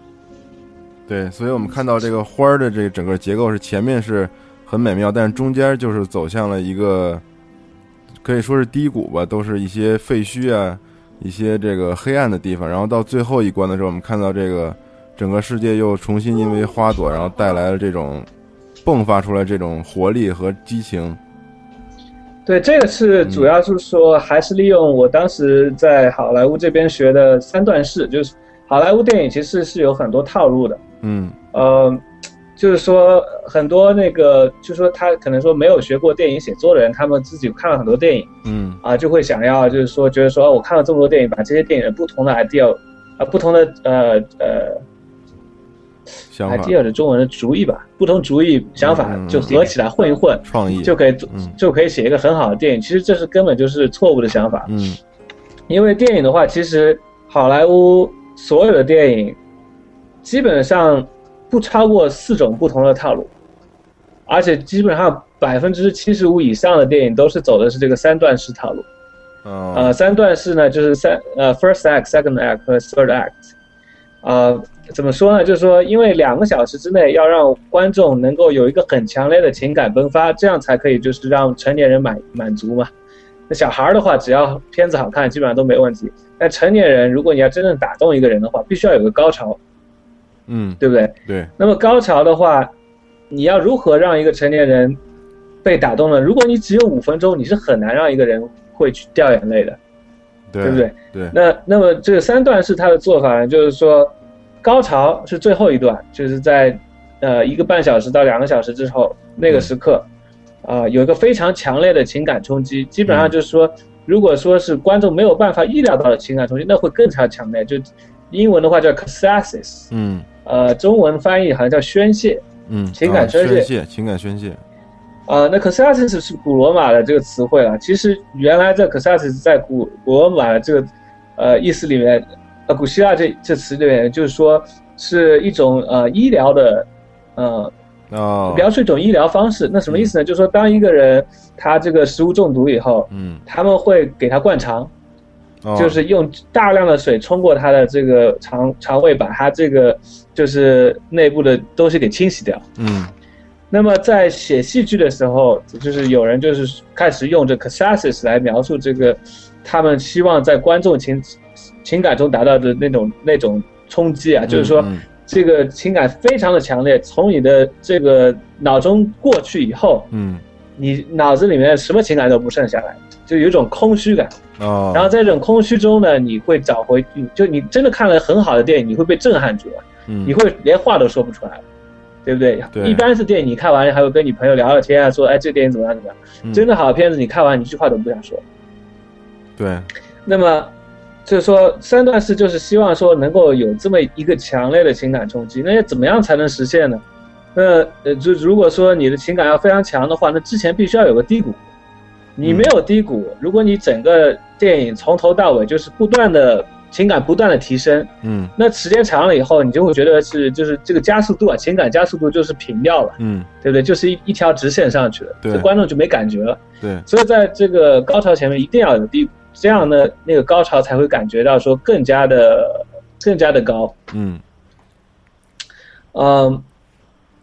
Speaker 1: 对，所以我们看到这个花儿的这个整个结构是前面是很美妙，但是中间就是走向了一个可以说是低谷吧，都是一些废墟啊，一些这个黑暗的地方。然后到最后一关的时候，我们看到这个整个世界又重新因为花朵，然后带来了这种迸发出来这种活力和激情。
Speaker 4: 对，这个是主要是说，还是利用我当时在好莱坞这边学的三段式，就是好莱坞电影其实是有很多套路的，
Speaker 1: 嗯
Speaker 4: 呃，就是说很多那个，就是说他可能说没有学过电影写作的人，他们自己看了很多电影
Speaker 1: 嗯
Speaker 4: 啊，就会想要就是说觉得说，哦我看了这么多电影，把这些电影的不同的 idea 啊，不同的呃呃
Speaker 1: 想法
Speaker 4: idea 的中文的主意吧，不同主意想法
Speaker 1: 嗯嗯嗯
Speaker 4: 就合起来混一混，
Speaker 1: 创意
Speaker 4: 就可以做
Speaker 1: 嗯
Speaker 4: 就可以写一个很好的电影。其实这是根本就是错误的想法，
Speaker 1: 嗯
Speaker 4: 因为电影的话，其实好莱坞所有的电影基本上不超过四种不同的套路，而且基本上百分之七十五以上的电影都是走的是这个三段式套路。呃，
Speaker 1: 嗯
Speaker 4: 三段式呢，就是三呃 first act、second act 和 third act。呃，怎么说呢？就是说，因为两个小时之内要让观众能够有一个很强烈的情感迸发，这样才可以就是让成年人满满足嘛。那小孩儿的话，只要片子好看，基本上都没问题。但成年人，如果你要真正打动一个人的话，必须要有个高潮，
Speaker 1: 嗯，
Speaker 4: 对不对？
Speaker 1: 对，
Speaker 4: 那么高潮的话，你要如何让一个成年人被打动呢？如果你只有五分钟，你是很难让一个人会去掉眼泪的。
Speaker 1: 对
Speaker 4: 对不对？
Speaker 1: 对，
Speaker 4: 那那么这三段是他的做法呢，就是说，高潮是最后一段，就是在呃一个半小时到两个小时之后那个时刻，啊、有一个非常强烈的情感冲击，基本上就是说，如果说是观众没有办法意料到的情感冲击，那会更加强烈。就英文的话叫 catharsis，
Speaker 1: 嗯
Speaker 4: 呃，中文翻译好像叫宣泄。
Speaker 1: 嗯，
Speaker 4: 情感
Speaker 1: 啊
Speaker 4: 宣泄
Speaker 1: 宣泄，情感宣泄，
Speaker 4: 啊、那 catharsis 是古罗马的这个词汇了。其实原来这 catharsis 在古古罗马的这个呃意思里面，呃，古希腊这这词里面就是说是一种呃医疗的呃
Speaker 1: 哦，
Speaker 4: 描述一种医疗方式。那什么意思呢？就是说当一个人他这个食物中毒以后，
Speaker 1: 嗯，
Speaker 4: 他们会给他灌肠，
Speaker 1: 哦
Speaker 4: 就是用大量的水冲过他的这个肠肠胃，把他这个就是内部的东西给清洗掉。
Speaker 1: 嗯
Speaker 4: 那么在写戏剧的时候，就是有人就是开始用这 catharsis 来描述这个，他们希望在观众情情感中达到的那种那种冲击啊，就是说
Speaker 1: 嗯
Speaker 4: 这个情感非常的强烈，从你的这个脑中过去以后，
Speaker 1: 嗯
Speaker 4: 你脑子里面什么情感都不剩下来，就有一种空虚感。
Speaker 1: 哦，
Speaker 4: 然后在这种空虚中呢，你会找回，你就你真的看了很好的电影，你会被震撼住啊。
Speaker 1: 嗯
Speaker 4: 你会连话都说不出来了，对不对？
Speaker 1: 对
Speaker 4: 一般是电影，你看完还会跟你朋友聊聊天啊，说哎这个电影怎么样怎么样。
Speaker 1: 嗯
Speaker 4: 真的好的片子，你看完一句话都不想说。
Speaker 1: 对，
Speaker 4: 那么就是说三段式就是希望说能够有这么一个强烈的情感冲击，那要怎么样才能实现呢？那呃，就如果说你的情感要非常强的话，那之前必须要有个低谷。你没有低谷，如果你整个电影从头到尾就是不断的情感不断的提升，
Speaker 1: 嗯
Speaker 4: 那时间长了以后，你就会觉得是就是这个加速度啊，情感加速度就是平掉了，
Speaker 1: 嗯
Speaker 4: 对不对？就是一一条直线上去了，
Speaker 1: 对
Speaker 4: 这观众就没感觉了。
Speaker 1: 对，
Speaker 4: 所以在这个高潮前面一定要有低谷，这样呢，那个高潮才会感觉到说更加的更加的高。
Speaker 1: 嗯
Speaker 4: 嗯，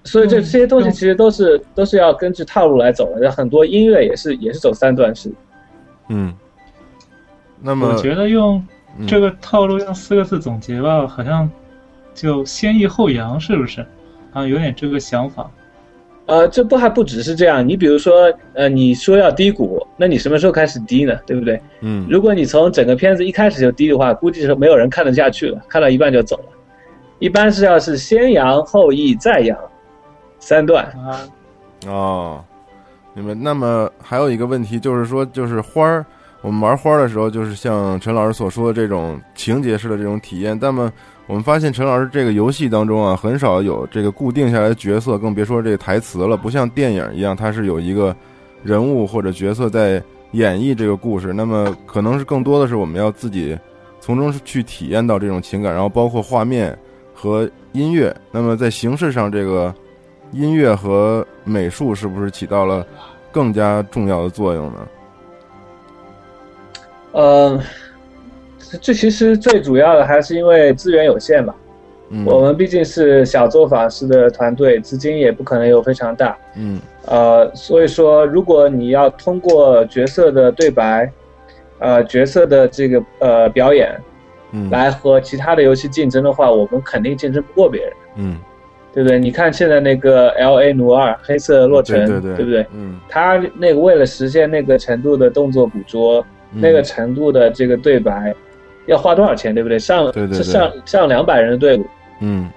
Speaker 4: 所以这
Speaker 2: 嗯
Speaker 4: 这些东西
Speaker 2: 对
Speaker 4: 其实都是都是要根据套路来走的，很多音乐也是也是走三段式。
Speaker 1: 嗯，那
Speaker 2: 我
Speaker 1: 么
Speaker 2: 觉得用
Speaker 1: 嗯
Speaker 2: 这个套路用四个字总结吧，好像就先抑后扬，是不是？啊，有点这个想法。
Speaker 4: 呃，这不还不只是这样，你比如说，呃，你说要低谷，那你什么时候开始低呢？对不对？
Speaker 1: 嗯
Speaker 4: 如果你从整个片子一开始就低的话，估计是没有人看得下去了，看到一半就走了。一般是要是先扬后抑再扬，三段。
Speaker 2: 啊，
Speaker 1: 哦，明白。那么还有一个问题就是说，就是花儿，我们玩花儿的时候，就是像陈老师所说的这种情节式的这种体验。那么我们发现陈老师这个游戏当中啊，很少有这个固定下来的角色，更别说这个台词了。不像电影一样，它是有一个人物或者角色在演绎这个故事。那么可能是更多的是我们要自己从中去体验到这种情感，然后包括画面和音乐。那么在形式上，这个音乐和美术是不是起到了更加重要的作用呢？
Speaker 4: 呃嗯、这这其实最主要的还是因为资源有限吧。
Speaker 1: 嗯
Speaker 4: 我们毕竟是小作坊式的团队，资金也不可能有非常大，
Speaker 1: 嗯
Speaker 4: 呃，所以说，如果你要通过角色的对白，呃，角色的这个呃表演
Speaker 1: 嗯
Speaker 4: 来和其他的游戏竞争的话，我们肯定竞争不过别人，
Speaker 1: 嗯，
Speaker 4: 对不对？你看现在那个 L A 奴二黑色洛城，
Speaker 1: 对对
Speaker 4: 不对？
Speaker 1: 嗯，
Speaker 4: 他那个为了实现那个程度的动作捕捉，
Speaker 1: 嗯
Speaker 4: 那个程度的这个对白，要花多少钱，对不对？上
Speaker 1: 对对对
Speaker 4: 是上上两百人的队伍，
Speaker 1: 嗯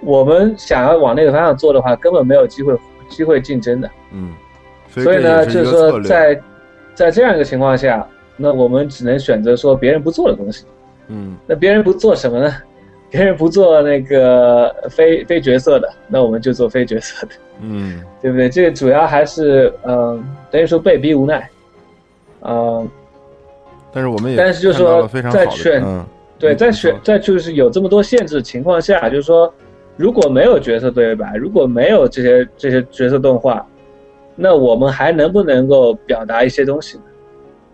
Speaker 4: 我们想要往那个方向做的话，根本没有机会机会竞争的。
Speaker 1: 嗯，
Speaker 4: 所以呢，
Speaker 1: 这也
Speaker 4: 就是
Speaker 1: 一个策
Speaker 4: 说
Speaker 1: 略
Speaker 4: 在在这样一个情况下，那我们只能选择说别人不做的东西。
Speaker 1: 嗯
Speaker 4: 那别人不做什么呢？别人不做那个非非角色的，那我们就做非角色的，
Speaker 1: 嗯
Speaker 4: 对不对？这个主要还是嗯、等于说被逼无奈，嗯、
Speaker 1: 但是我们也
Speaker 4: 但是就是说
Speaker 1: 看到了非常好的
Speaker 4: 在选
Speaker 1: 嗯
Speaker 4: 对，
Speaker 1: 嗯
Speaker 4: 在
Speaker 1: 没
Speaker 4: 选
Speaker 1: 错
Speaker 4: 在就是有这么多限制的情况下，就是说，如果没有角色对白，如果没有这些这些角色动画，那我们还能不能够表达一些东西呢？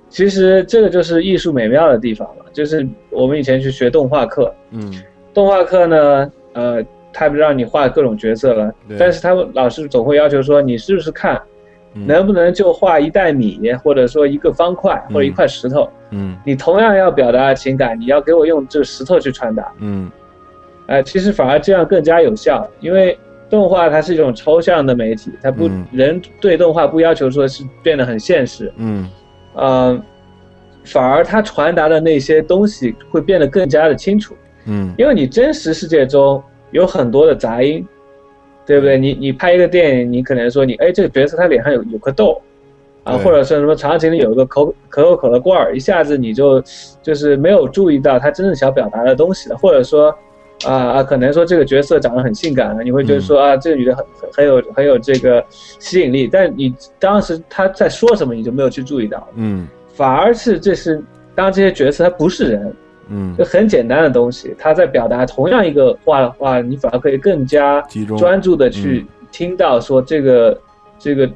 Speaker 4: 其实这个就是艺术美妙的地方了，就是我们以前去学动画课，
Speaker 1: 嗯
Speaker 4: 动画课呢，呃，他让你画各种角色了
Speaker 1: 对，
Speaker 4: 但是他们老师总会要求说，你是不是看
Speaker 1: 嗯
Speaker 4: 能不能就画一袋米，或者说一个方块或者一
Speaker 1: 嗯
Speaker 4: 块石头，
Speaker 1: 嗯
Speaker 4: 你同样要表达的情感，你要给我用这个石头去传达。
Speaker 1: 嗯
Speaker 4: 呃，其实反而这样更加有效，因为动画它是一种抽象的媒体，它不、
Speaker 1: 嗯
Speaker 4: 人对动画不要求说是变得很现实，
Speaker 1: 嗯
Speaker 4: 呃，反而它传达的那些东西会变得更加的清楚，
Speaker 1: 嗯
Speaker 4: 因为你真实世界中有很多的杂音，对不对？你你拍一个电影，你可能说你哎这个角色他脸上有有颗痘。啊，
Speaker 1: 对
Speaker 4: 或者说什么场景里有一个可口可口可乐罐儿，一下子你就就是没有注意到他真正想表达的东西了，或者说，啊、啊，可能说这个角色长得很性感了，你会觉得说、啊，这个女的很很很有很有这个吸引力，但你当时他在说什么你就没有去注意到，
Speaker 1: 嗯
Speaker 4: 反而是这是当这些角色他不是人，
Speaker 1: 嗯
Speaker 4: 就很简单的东西，他在表达同样一个话的话，你反而可以更加
Speaker 1: 集中嗯
Speaker 4: 专注的去听到说这个、这个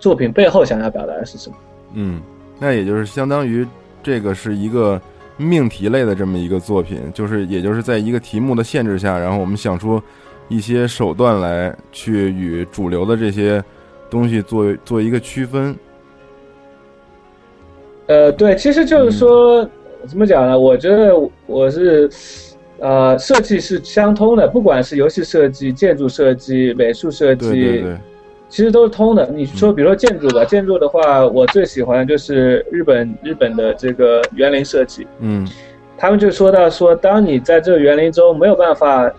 Speaker 4: 作品背后想要表达的是什么。
Speaker 1: 嗯，那也就是相当于这个是一个命题类的这么一个作品，就是也就是在一个题目的限制下，然后我们想出一些手段来去与主流的这些东西做做一个区分。
Speaker 4: 呃，对，其实
Speaker 1: 嗯
Speaker 4: 就是说、怎么讲呢？我觉得我是。呃，设计是相通的，不管是游戏设计、建筑设计、美术设计，
Speaker 1: 对对对，嗯
Speaker 4: 其实都是通的。你说，比如说建筑吧，建筑的话，我最喜欢的就是日本日本的这个园林设计。
Speaker 1: 嗯
Speaker 4: 他们就说到说，当你在这个园林中没有办法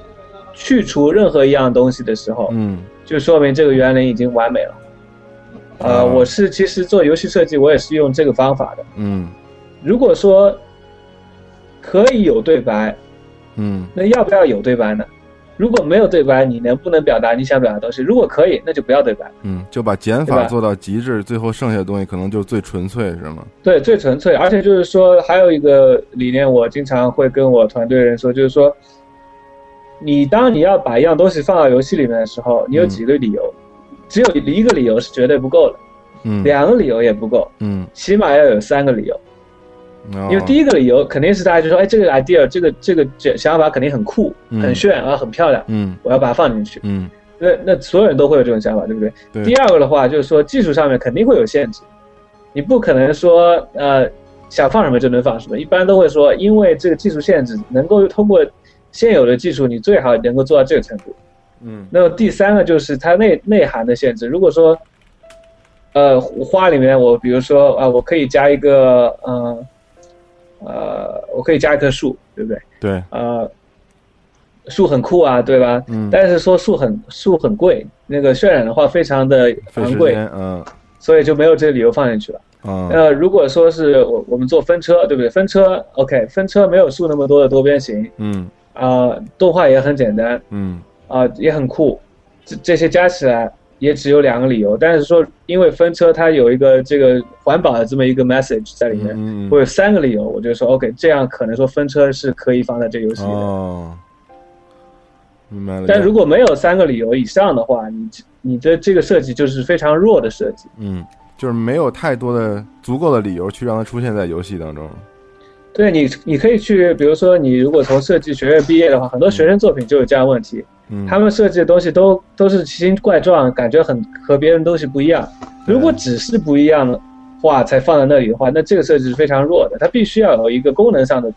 Speaker 4: 去除任何一样东西的时候，
Speaker 1: 嗯
Speaker 4: 就说明这个园林已经完美了。呃，
Speaker 1: 哦
Speaker 4: 我是其实做游戏设计，我也是用这个方法的。
Speaker 1: 嗯
Speaker 4: 如果说可以有对白，
Speaker 1: 嗯
Speaker 4: 那要不要有对白呢？如果没有对白，你能不能表达你想表达的东西？如果可以，那就不要对白。
Speaker 1: 嗯，就把减
Speaker 4: 对
Speaker 1: 法
Speaker 4: 吧
Speaker 1: 做到极致，最后剩下的东西可能就最纯粹，是吗？
Speaker 4: 对，最纯粹，而且就是说，还有一个理念，我经常会跟我团队人说，就是说，你当你要把一样东西放到游戏里面的时候，你有几个理由，只有一个理由是绝对不够的，
Speaker 1: 嗯
Speaker 4: 两个理由也不够，
Speaker 1: 嗯，
Speaker 4: 起码要有三个理由。
Speaker 1: 因
Speaker 4: 因为第一个理由肯定是大家就说，哎，这个 idea，这个这个这想法肯定很酷、
Speaker 1: 嗯
Speaker 4: 很炫啊、很漂亮，
Speaker 1: 嗯
Speaker 4: 我要把它放进去。
Speaker 1: 嗯
Speaker 4: 那那所有人都会有这种想法，对不对？
Speaker 1: 对
Speaker 4: 第二个的话，就是说技术上面肯定会有限制，你不可能说呃想放什么就能放什么，一般都会说，因为这个技术限制，能够通过现有的技术，你最好能够做到这个程度。
Speaker 1: 嗯
Speaker 4: 那么第三个就是它内内涵的限制，如果说呃花里面我比如说啊、我可以加一个呃呃我可以加一棵树，对不对？
Speaker 1: 对，
Speaker 4: 呃，树很酷啊，对吧？
Speaker 1: 嗯
Speaker 4: 但是说树很树很贵，那个渲染的话非常的
Speaker 1: 费
Speaker 4: 昂
Speaker 1: 时
Speaker 4: 贵，
Speaker 1: 间，嗯
Speaker 4: 所以就没有这个理由放进去了。
Speaker 1: 嗯
Speaker 4: 呃，如果说是我我们做分车，对不对？分车 OK，分车没有树那么多的多边形
Speaker 1: 嗯
Speaker 4: 啊、动画也很简单
Speaker 1: 嗯
Speaker 4: 啊、也很酷，这这些加起来。也只有两个理由，但是说因为分车它有一个这个环保的这么一个 message 在里面，
Speaker 1: 嗯
Speaker 4: 我有三个理由，我就说 OK，这样可能说分车是可以放在这个游戏里的。
Speaker 1: 哦，明白了。
Speaker 4: 但如果没有三个理由以上的话，你这你的这个设计就是非常弱的设计。
Speaker 1: 嗯，就是没有太多的足够的理由去让它出现在游戏当中。
Speaker 4: 对你，你可以去，比如说你如果从设计学院毕业的话，很多学生作品就有这样问题，
Speaker 1: 嗯，
Speaker 4: 他们设计的东西都都是奇形怪状，感觉很和别人东西不一样。如果只是不一样的话才放在那里的话，那这个设计是非常弱的。它必须要有一个功能上的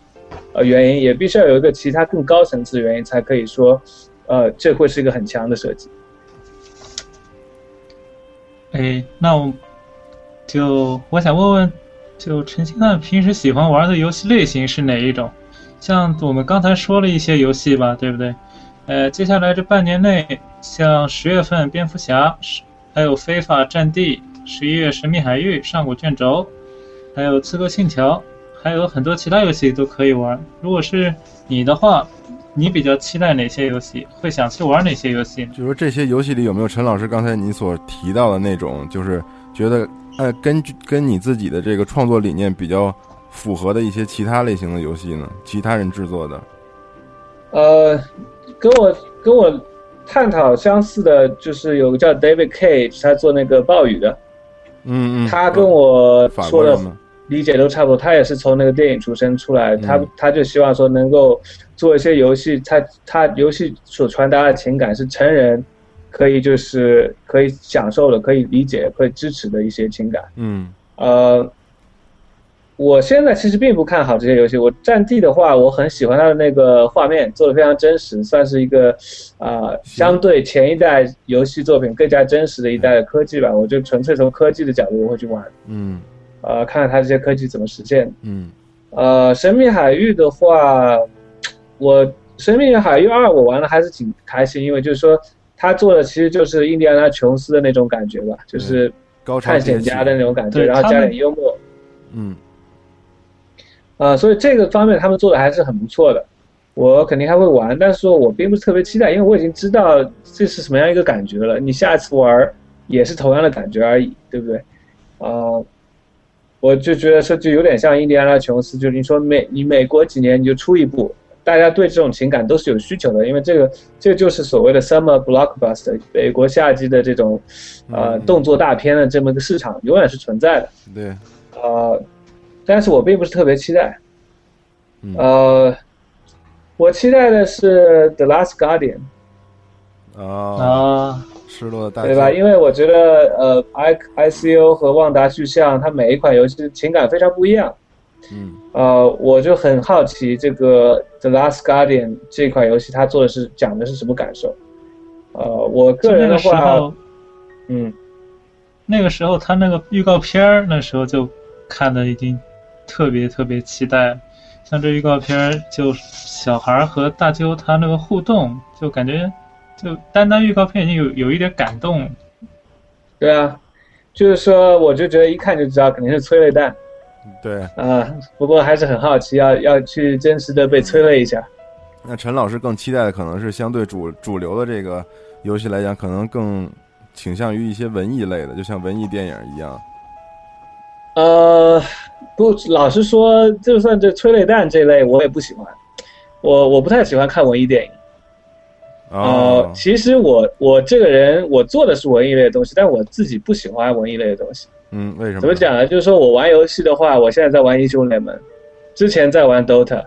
Speaker 4: 呃原因，也必须要有一个其他更高层次的原因，才可以说，呃，这会是一个很强的设计。
Speaker 2: 哎，那我就我想问问，就陈星汉平时喜欢玩的游戏类型是哪一种？像我们刚才说了一些游戏吧，对不对？呃，接下来这半年内，像十月份蝙蝠侠，十还有非法战地，十一月神秘海域、上古卷轴，还有刺客信条，还有很多其他游戏都可以玩。如果是你的话，你比较期待哪些游戏？会想去玩哪些游戏呢？
Speaker 1: 就说这些游戏里有没有陈老师刚才你所提到的那种，就是觉得哎，根据跟你自己的这个创作理念比较符合的一些其他类型的游戏呢？其他人制作的，
Speaker 4: 呃，跟我跟我探讨相似的，就是有个叫 David Cage，他做那个暴雨的，
Speaker 1: 嗯嗯，
Speaker 4: 他跟我
Speaker 1: 法
Speaker 4: 说
Speaker 1: 国
Speaker 4: 的
Speaker 1: 人吗？
Speaker 4: 理解都差不多，他也是从那个电影出身出来，他
Speaker 1: 嗯
Speaker 4: 他就希望说能够做一些游戏，他他游戏所传达的情感是成人可以就是可以享受的、可以理解、可以支持的一些情感。
Speaker 1: 嗯
Speaker 4: 呃，我现在其实并不看好这些游戏。我战地的话，我很喜欢它的那个画面，做的非常真实，算是一个啊、呃相对前一代游戏作品更加真实的一代的科技
Speaker 2: 嗯
Speaker 4: 吧。我就纯粹从科技的角度我会去玩，
Speaker 1: 嗯
Speaker 4: 呃，看看它这些科技怎么实现。
Speaker 1: 嗯
Speaker 4: 呃，神秘海域的话，我神秘海域二我玩的还是挺开心，因为就是说他做的其实就是印第安纳琼斯的那种感觉吧，
Speaker 2: 嗯
Speaker 4: 就是
Speaker 1: 高潮
Speaker 4: 探
Speaker 1: 迭
Speaker 4: 险
Speaker 1: 起
Speaker 4: 家的那种感觉，
Speaker 2: 对
Speaker 4: 然后
Speaker 2: 他
Speaker 4: 加
Speaker 2: 们
Speaker 4: 点幽默。
Speaker 1: 嗯
Speaker 4: 呃，所以这个方面他们做的还是很不错的，我肯定还会玩，但是说我并不是特别期待，因为我已经知道这是什么样一个感觉了。你下一次玩儿也是同样的感觉而已，对不对？呃，我就觉得说就有点像印第安纳琼斯，就是你说美你每过几年你就出一部，大家对这种情感都是有需求的，因为这个这就是所谓的 summer blockbuster，美国夏季的这种
Speaker 1: 嗯
Speaker 4: 呃
Speaker 1: 嗯
Speaker 4: 动作大片的这么一个市场永远是存在的。
Speaker 1: 对，
Speaker 4: 呃，但是我并不是特别期待。
Speaker 1: 嗯
Speaker 4: 呃，我期待的是《The Last Guardian》，
Speaker 1: 啊，
Speaker 2: 啊，
Speaker 1: 失落的大
Speaker 4: 对吧？因为我觉得，呃，I I C O 和旺达巨像，它每一款游戏的情感非常不一样。
Speaker 1: 嗯
Speaker 4: 呃，我就很好奇这个《The Last Guardian》这款游戏，它做的是讲的是什么感受？呃，我
Speaker 2: 就
Speaker 4: 个
Speaker 2: 那
Speaker 4: 人的
Speaker 2: 个时
Speaker 4: 话，
Speaker 2: 候。
Speaker 4: 嗯，
Speaker 2: 那个时候他那个预告片儿，那时候就看的已经特别特别期待了。像这预告片儿，就小孩儿和大舅他那个互动，就感觉就单单预告片已经有有一点感动了。
Speaker 4: 对啊，就是说，我就觉得一看就知道肯定是催泪弹。
Speaker 1: 对。
Speaker 4: 啊，不过还是很好奇，要要去真实的被催泪一下。
Speaker 1: 那陈老师更期待的可能是相对主主流的这个游戏来讲，可能更倾向于一些文艺类的，就像文艺电影一样。
Speaker 4: 呃，不，老实说，就算这催泪弹这类，我也不喜欢。我我不太喜欢看文艺电影。呃
Speaker 1: 哦，，
Speaker 4: 其实我我这个人，我做的是文艺类的东西，但我自己不喜欢文艺类的东西。
Speaker 1: 嗯，为什么？
Speaker 4: 怎么？讲呢？就是说我玩游戏的话，我现在在玩英雄联盟，之前在玩 DOTA，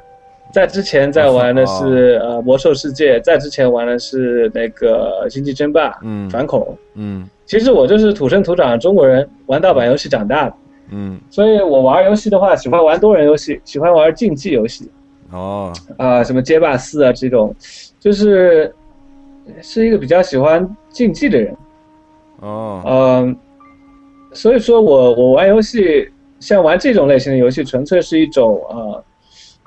Speaker 4: 在之前在玩的是、
Speaker 1: 哦
Speaker 4: 呃魔兽世界，在之前玩的是那个星际争霸、
Speaker 1: 嗯
Speaker 4: 反恐。
Speaker 1: 嗯
Speaker 4: 其实我就是土生土长的中国人，玩盗版游戏长大的，
Speaker 1: 嗯，
Speaker 4: 所以我玩游戏的话，喜欢玩多人游戏，喜欢玩竞技游戏
Speaker 1: 哦，
Speaker 4: 啊、什么街霸四啊这种，就是呃是一个比较喜欢竞技的人，
Speaker 1: 哦，
Speaker 4: 嗯、所以说我我玩游戏，像玩这种类型的游戏，纯粹是一种呃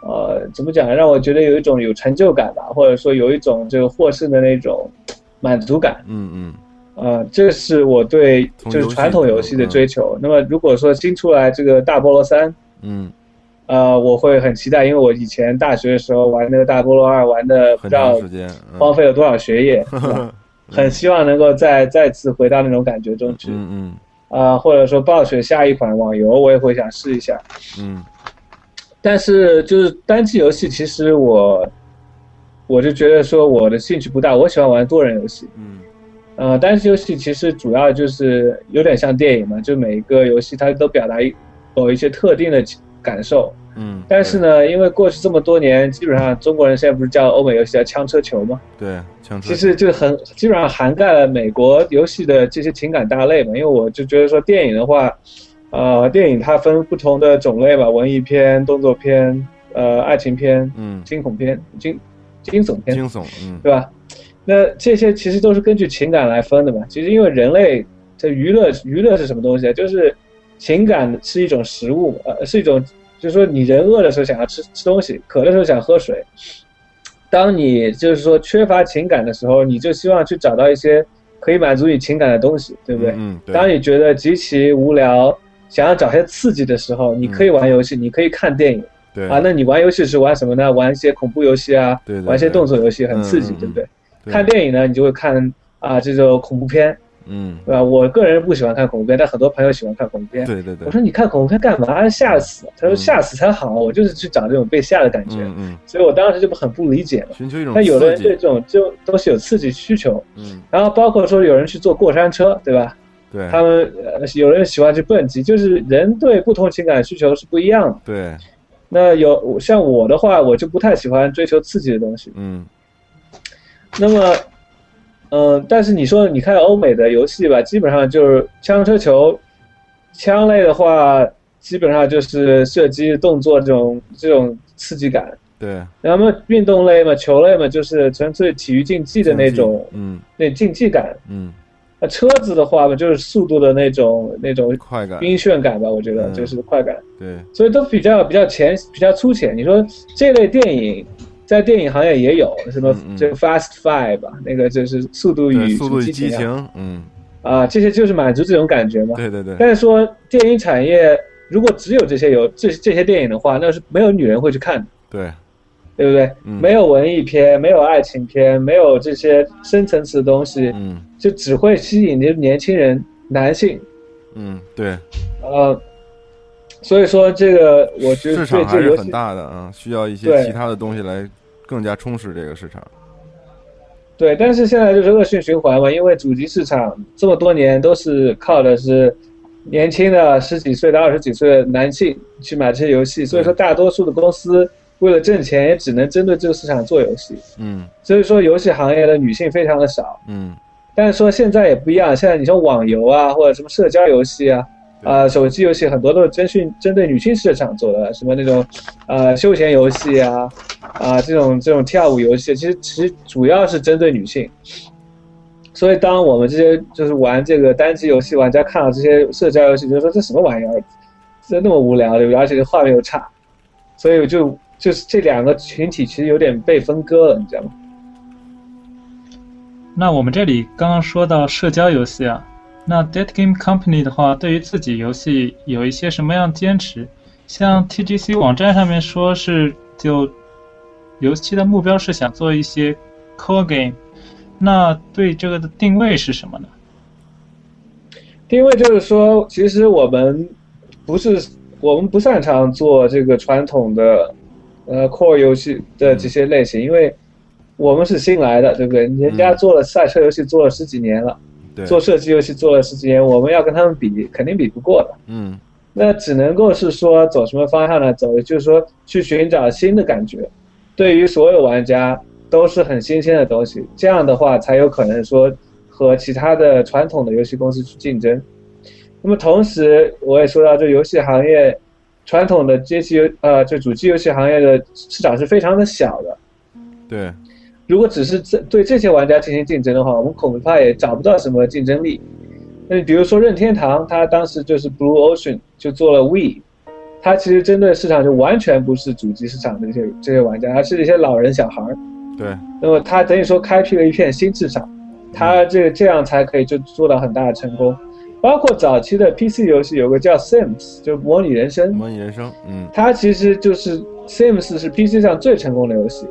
Speaker 4: 呃怎么讲呢，让我觉得有一种有成就感吧，或者说有一种这个获胜的那种满足感。
Speaker 1: 嗯嗯
Speaker 4: 呃，这是我对
Speaker 1: 从
Speaker 4: 就是
Speaker 1: 游戏
Speaker 4: 传统游戏的追求。那么如果说新出来这个大菠萝三，
Speaker 1: 嗯，
Speaker 4: 呃，我会很期待，因为我以前大学的时候玩那个大菠萝二玩的不
Speaker 1: 很
Speaker 4: 知
Speaker 1: 长
Speaker 4: 道
Speaker 1: 时间，
Speaker 4: 荒废了多少学 业，是吧
Speaker 1: 嗯
Speaker 4: 很希望能够再再次回到那种感觉中去。
Speaker 1: 嗯
Speaker 4: 呃，或者说暴雪下一款网游，我也会想试一下。
Speaker 1: 嗯嗯
Speaker 4: 但是就是单机游戏，其实我我就觉得说我的兴趣不大，我喜欢玩多人游戏。
Speaker 1: 嗯
Speaker 4: 呃，单机游戏其实主要就是有点像电影嘛，就每一个游戏它都表达一某一些特定的情感受，
Speaker 1: 嗯，
Speaker 4: 但是呢，因为过去这么多年，基本上中国人现在不是叫欧美游戏叫枪车球吗？
Speaker 1: 对，枪支
Speaker 4: 其实就很基本上涵盖了美国游戏的这些情感大类嘛。因为我就觉得说电影的话，呃，电影它分不同的种类吧，文艺片、动作片、呃，爱情片、
Speaker 1: 嗯，
Speaker 4: 惊恐片、惊惊悚片，
Speaker 1: 惊悚，嗯
Speaker 4: 对吧？那这些其实都是根据情感来分的嘛。其实因为人类这娱乐娱乐是什么东西啊？就是情感是一种食物嘛，呃，是一种就是说你人饿的时候想要吃吃东西，渴的时候想喝水。当你就是说缺乏情感的时候，你就希望去找到一些可以满足你情感的东西，对不对？
Speaker 1: 嗯，对
Speaker 4: 当你觉得极其无聊，想要找些刺激的时候，你可以玩游戏，你可以看电影
Speaker 1: 对
Speaker 4: 啊。那你玩游戏是玩什么呢？玩一些恐怖游戏啊，
Speaker 1: 对对
Speaker 4: 玩一些
Speaker 1: 对
Speaker 4: 动作游戏，很
Speaker 1: 嗯
Speaker 4: 刺激，
Speaker 1: 嗯
Speaker 4: 对不对？
Speaker 1: 对
Speaker 4: 看电影呢，你就会看啊这种恐怖片，
Speaker 1: 嗯，
Speaker 4: 对吧？我个人不喜欢看恐怖片，但很多朋友喜欢看恐怖片。
Speaker 1: 对对对，
Speaker 4: 我说你看恐怖片干嘛？吓死！他说
Speaker 1: 嗯
Speaker 4: 吓死才好，我就是去找这种被吓的感觉，
Speaker 1: 嗯嗯，
Speaker 4: 所以我当时就很不理解嘛。
Speaker 1: 寻求一种
Speaker 4: 但有的
Speaker 1: 刺
Speaker 4: 人对这
Speaker 1: 激，
Speaker 4: 种就都是有刺激需求，
Speaker 1: 嗯，
Speaker 4: 然后包括说有人去坐过山车，对吧？
Speaker 1: 对
Speaker 4: 他们呃有人喜欢去蹦极，就是人对不同情感需求是不一样的。
Speaker 1: 对，
Speaker 4: 那有像我的话，我就不太喜欢追求刺激的东西。
Speaker 1: 嗯
Speaker 4: 那么，嗯、但是你说，你看欧美的游戏吧，基本上就是枪车球，枪类的话，基本上就是射击、动作这种这种刺激感。
Speaker 1: 对，
Speaker 4: 然后运动类嘛，球类嘛，就是纯粹体育竞技的那种
Speaker 1: 嗯
Speaker 4: 那竞技感。
Speaker 1: 嗯，
Speaker 4: 那车子的话嘛，就是速度的那种那种
Speaker 1: 快感，
Speaker 4: 晕眩感吧，我觉得
Speaker 1: 嗯
Speaker 4: 就是快感。
Speaker 1: 对，
Speaker 4: 所以都比较比较浅，比较粗浅。你说这类电影在电影行业也有什么
Speaker 1: 嗯嗯
Speaker 4: 这个 Fast Five 吧，那个就是《速度
Speaker 1: 对
Speaker 4: 与
Speaker 1: 速度与激
Speaker 4: 情啊》
Speaker 1: 情，嗯，
Speaker 4: 啊，这些就是满足这种感觉嘛。
Speaker 1: 对对对，
Speaker 4: 但是说电影产业如果只有这些有这这些电影的话，那是没有女人会去看的，
Speaker 1: 对，
Speaker 4: 对不对？
Speaker 1: 嗯
Speaker 4: 没有文艺片，没有爱情片，没有这些深层次的东西，
Speaker 1: 嗯
Speaker 4: 就只会吸引年年轻人男性。
Speaker 1: 嗯，对，
Speaker 4: 呃，所以说这个我觉得
Speaker 1: 市
Speaker 4: 对
Speaker 1: 场
Speaker 4: 这
Speaker 1: 还是
Speaker 4: 游戏
Speaker 1: 很大的啊，需要一些
Speaker 4: 对
Speaker 1: 其他的东西来更加充实这个市场，
Speaker 4: 对，但是现在就是恶性循环嘛，因为主机市场这么多年都是靠的是年轻的十几岁到二十几岁的男性去买这些游戏，所以说大多数的公司为了挣钱，也只能针对这个市场做游戏，
Speaker 1: 嗯
Speaker 4: 所以说游戏行业的女性非常的少。
Speaker 1: 嗯，
Speaker 4: 但是说现在也不一样，现在你像网游啊，或者什么社交游戏啊，
Speaker 1: 对
Speaker 4: 啊、手机游戏很多都是针训针对女性市场做的，什么那种，呃，休闲游戏啊，啊、这种这种跳舞游戏，其实其实主要是针对女性。所以当我们这些就是玩这个单机游戏玩家看到这些社交游戏，就说这什么玩意儿，这那么无聊，对不对？而且这画面又差，所以我就就是这两个群体其实有点被分割了，你知道吗？
Speaker 2: 那我们这里刚刚说到社交游戏啊，那 Dead Game Company 的话，对于自己游戏有一些什么样坚持？像 TGC 网站上面说是就游戏的目标是想做一些 core game，那对这个的定位是什么呢？
Speaker 4: 定位就是说，其实我们不是我们不擅长做这个传统的呃 core 游戏的这些类型，因为我们是新来的，对不对？人家做了赛车游戏做了十几年了，
Speaker 1: 对，
Speaker 4: 做射击游戏做了十几年，我们要跟他们比，肯定比不过的。
Speaker 1: 嗯
Speaker 4: 那只能够是说走什么方向呢？走就是说去寻找新的感觉，对于所有玩家都是很新鲜的东西。这样的话，才有可能说和其他的传统的游戏公司去竞争。那么同时，我也说到，这游戏行业传统的街机游呃，就主机游戏行业的市场是非常的小的。
Speaker 1: 对，
Speaker 4: 如果只是这对这些玩家进行竞争的话，我们恐怕也找不到什么竞争力。那比如说任天堂，它当时就是 Blue Ocean 就做了 We，它其实针对市场就完全不是主机市场的这些这些玩家，而是一些老人小孩儿。
Speaker 1: 对，
Speaker 4: 那么它等于说开辟了一片新市场，它这个这样才可以就做到很大的成功。包括早期的 PC 游戏有个叫 Sims，就模拟人生，
Speaker 1: 模拟人生，嗯
Speaker 4: 它其实就是 Sims 是 PC 上最成功的游戏，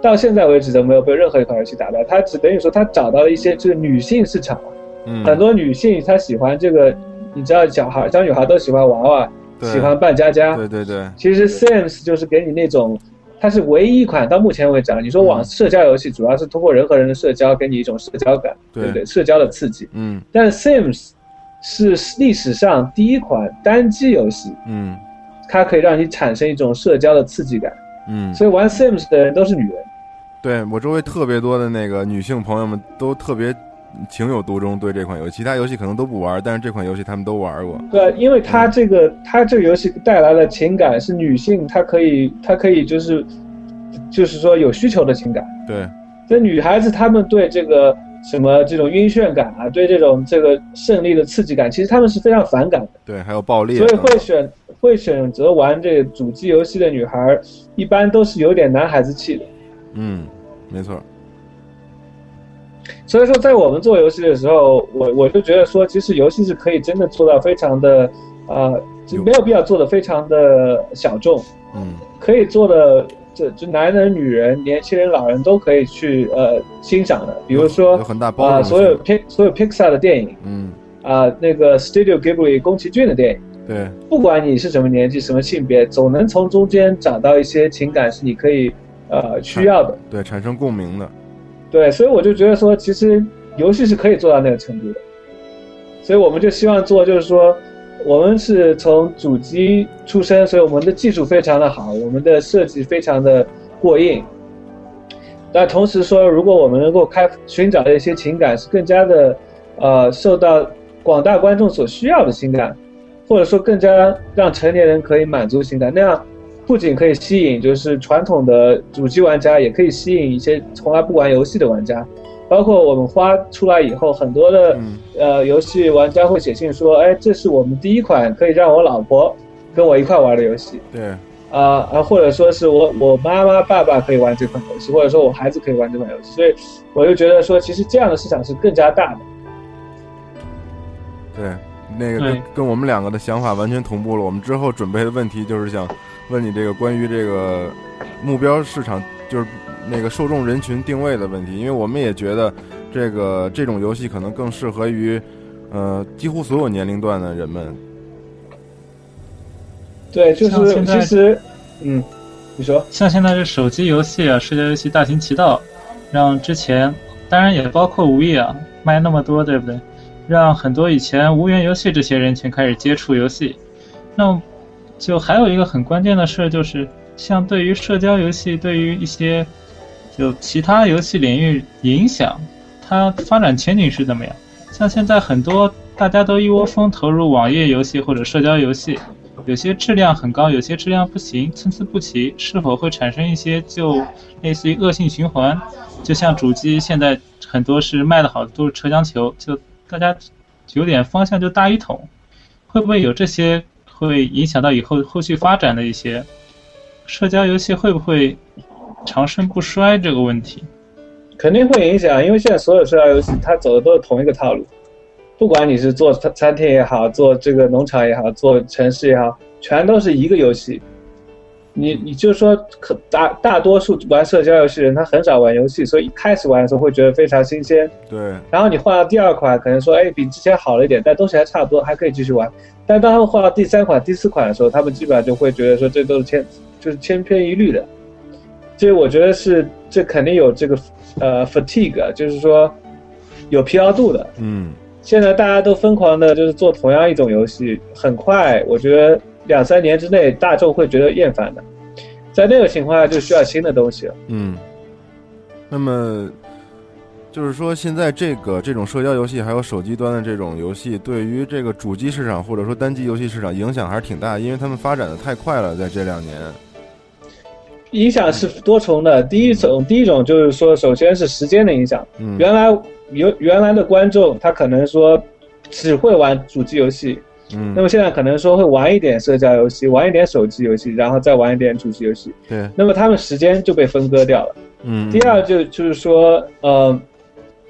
Speaker 4: 到现在为止都没有被任何一款游戏打败。它只等于说它找到了一些就是女性市场，
Speaker 1: 嗯，
Speaker 4: 很多女性她喜欢这个，你知道小孩小女孩都喜欢娃娃，
Speaker 1: 对
Speaker 4: 喜欢扮家家。
Speaker 1: 对对对，
Speaker 4: 其实 Sims 就是给你那种，它是唯一一款到目前为止啊，你说
Speaker 1: 嗯
Speaker 4: 网社交游戏主要是通过人和人的社交给你一种社交感，
Speaker 1: 对
Speaker 4: 对不对？社交的刺激。
Speaker 1: 嗯
Speaker 4: 但是 Sims 是历史上第一款单机游戏，
Speaker 1: 嗯，
Speaker 4: 它可以让你产生一种社交的刺激感。
Speaker 1: 嗯，
Speaker 4: 所以玩 Sims 的人都是女人，
Speaker 1: 对我周围特别多的那个女性朋友们都特别情有独钟，对这款游戏，其他游戏可能都不玩，但是这款游戏他们都玩过。
Speaker 4: 对啊吧，因为它这个它这个游戏带来的情感是女性，她可以她可以就是就是说有需求的情感。
Speaker 1: 对，
Speaker 4: 这女孩子她们对这个什么这种晕眩感啊，对这种这个胜利的刺激感，其实她们是非常反感的。
Speaker 1: 对，还有暴力啊
Speaker 4: 所
Speaker 1: 等
Speaker 4: 以
Speaker 1: 等，
Speaker 4: 会选会选择玩这个主机游戏的女孩儿，一般都是有点男孩子气的。
Speaker 1: 嗯，没错，
Speaker 4: 所以说，在我们做游戏的时候，我我就觉得说，其实游戏是可以真的做到非常的，呃，就没有必要做的非常的小众，
Speaker 1: 嗯
Speaker 4: 可以做的这就男人、女人、年轻人、老人都可以去呃欣赏的。比如说
Speaker 1: 有很大包
Speaker 4: 啊、
Speaker 1: 容性
Speaker 4: 所有 Pix 所有 Pixar 的电影
Speaker 1: 嗯，
Speaker 4: 啊、那个 Studio Ghibli 宫崎骏的电影。
Speaker 1: 对，
Speaker 4: 不管你是什么年纪、什么性别，总能从中间找到一些情感是你可以呃需要的。
Speaker 1: 对，产生共鸣的，
Speaker 4: 对，所以我就觉得说，其实游戏是可以做到那个程度的。所以我们就希望做，就是说，我们是从主机出身，所以我们的技术非常的好，我们的设计非常的过硬。但同时说，如果我们能够开寻找一些情感是更加的，呃，受到广大观众所需要的情感，或者说更加让成年人可以满足情感，那样不仅可以吸引就是传统的主机玩家，也可以吸引一些从来不玩游戏的玩家。包括我们花出来以后，很多的、
Speaker 1: 嗯
Speaker 4: 呃游戏玩家会写信说，哎，这是我们第一款可以让我老婆跟我一块玩的游戏
Speaker 1: 对，
Speaker 4: 啊、啊，或者说是我我妈妈爸爸可以玩这款游戏，或者说我孩子可以玩这款游戏，所以我就觉得说，其实这样的市场是更加大的。
Speaker 1: 对，那个
Speaker 2: 对
Speaker 1: 跟跟我们两个的想法完全同步了。我们之后准备的问题就是想问你这个关于这个目标市场，就是那个受众人群定位的问题，因为我们也觉得这个这种游戏可能更适合于呃几乎所有年龄段的人们。
Speaker 4: 对，就
Speaker 2: 像
Speaker 4: 是
Speaker 2: 现在
Speaker 4: 其实，嗯，你说，
Speaker 2: 像现在这手机游戏啊，社交游戏大行其道，让之前当然也包括无意啊，卖那么多，对不对？让很多以前无缘游戏这些人群开始接触游戏。那么就还有一个很关键的事，就是像对于社交游戏，对于一些就其他游戏领域影响，它发展前景是怎么样？像现在很多大家都一窝蜂投入网页游戏或者社交游戏，有些质量很高，有些质量不行，参差不齐，是否会产生一些就类似于恶性循环？就像主机现在很多是卖的好的都是扯江球，就大家有点方向就大一统，会不会有这些会影响到以后后续发展的一些社交游戏会不会长盛不衰这个问题？
Speaker 4: 肯定会影响，因为现在所有社交游戏它走的都是同一个套路，不管你是做餐餐厅也好，做这个农场也好，做城市也好，全都是一个游戏。你你就说可大大多数玩社交游戏的人，他很少玩游戏，所以一开始玩的时候会觉得非常新鲜。
Speaker 1: 对，
Speaker 4: 然后你换到第二款，可能说哎比之前好了一点，但东西还差不多，还可以继续玩。但当他们换到第三款、第四款的时候，他们基本上就会觉得说这都是千就是千篇一律的。这我觉得是这肯定有这个呃 fatigue，就是说有疲劳度的。
Speaker 1: 嗯，
Speaker 4: 现在大家都疯狂的就是做同样一种游戏，很快我觉得两三年之内大众会觉得厌烦的。在那个情况下就需要新的东西了。
Speaker 1: 嗯，那么就是说，现在这个这种社交游戏还有手机端的这种游戏，对于这个主机市场或者说单机游戏市场影响还是挺大，因为他们发展的太快了，在这两年。
Speaker 4: 影响是多重的，第一种第一种就是说，首先是时间的影响。
Speaker 1: 嗯，
Speaker 4: 原来原原来的观众，他可能说只会玩主机游戏，
Speaker 1: 嗯，
Speaker 4: 那么现在可能说会玩一点社交游戏，玩一点手机游戏，然后再玩一点主机游戏，
Speaker 1: 对，
Speaker 4: 那么他们时间就被分割掉了。
Speaker 1: 嗯，
Speaker 4: 第二就就是说，呃，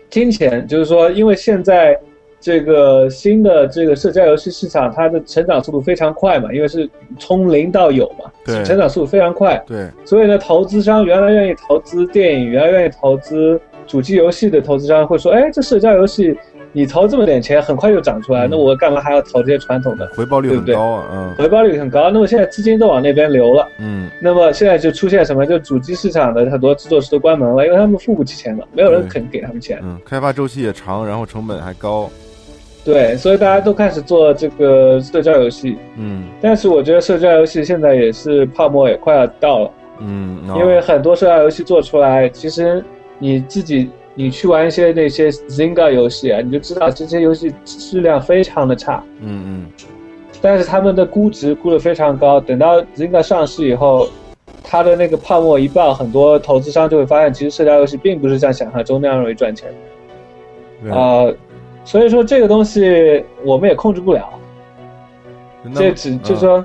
Speaker 4: 金钱，就是说，呃因为现在这个新的这个社交游戏市场，它的成长速度非常快嘛，因为是从零到有嘛，
Speaker 1: 对
Speaker 4: 成长速度非常快。
Speaker 1: 对，
Speaker 4: 所以呢，投资商原来愿意投资电影，原来愿意投资主机游戏的投资商会说，哎，这社交游戏你投这么点钱，很快就长出
Speaker 1: 嗯
Speaker 4: 来，那我干嘛还要投这些传统的？
Speaker 1: 回报率
Speaker 4: 对
Speaker 1: 很
Speaker 4: 不对
Speaker 1: 高啊，
Speaker 4: 回报率很高，那么现在资金都往那边流了，
Speaker 1: 嗯
Speaker 4: 那么现在就出现什么？就主机市场的很多制作室都关门了，因为他们付不起钱了，没有人
Speaker 1: 对
Speaker 4: 肯给他们钱
Speaker 1: 嗯。嗯，开发周期也长，然后成本还高，
Speaker 4: 对，所以大家都开始做这个社交游戏，
Speaker 1: 嗯
Speaker 4: 但是我觉得社交游戏现在也是泡沫也快要到了，
Speaker 1: 嗯，哦
Speaker 4: 因为很多社交游戏做出来，其实你自己你去玩一些那些 Zynga 游戏啊，你就知道这些游戏质量非常的差，
Speaker 1: 嗯嗯
Speaker 4: 但是他们的估值估得非常高，等到 Zynga 上市以后，它的那个泡沫一爆，很多投资商就会发现，其实社交游戏并不是像想象中那样容易赚钱
Speaker 1: 对
Speaker 4: 啊、呃所以说这个东西我们也控制不了，
Speaker 1: 那
Speaker 4: 这
Speaker 1: 么
Speaker 4: 只就
Speaker 1: 嗯
Speaker 4: 说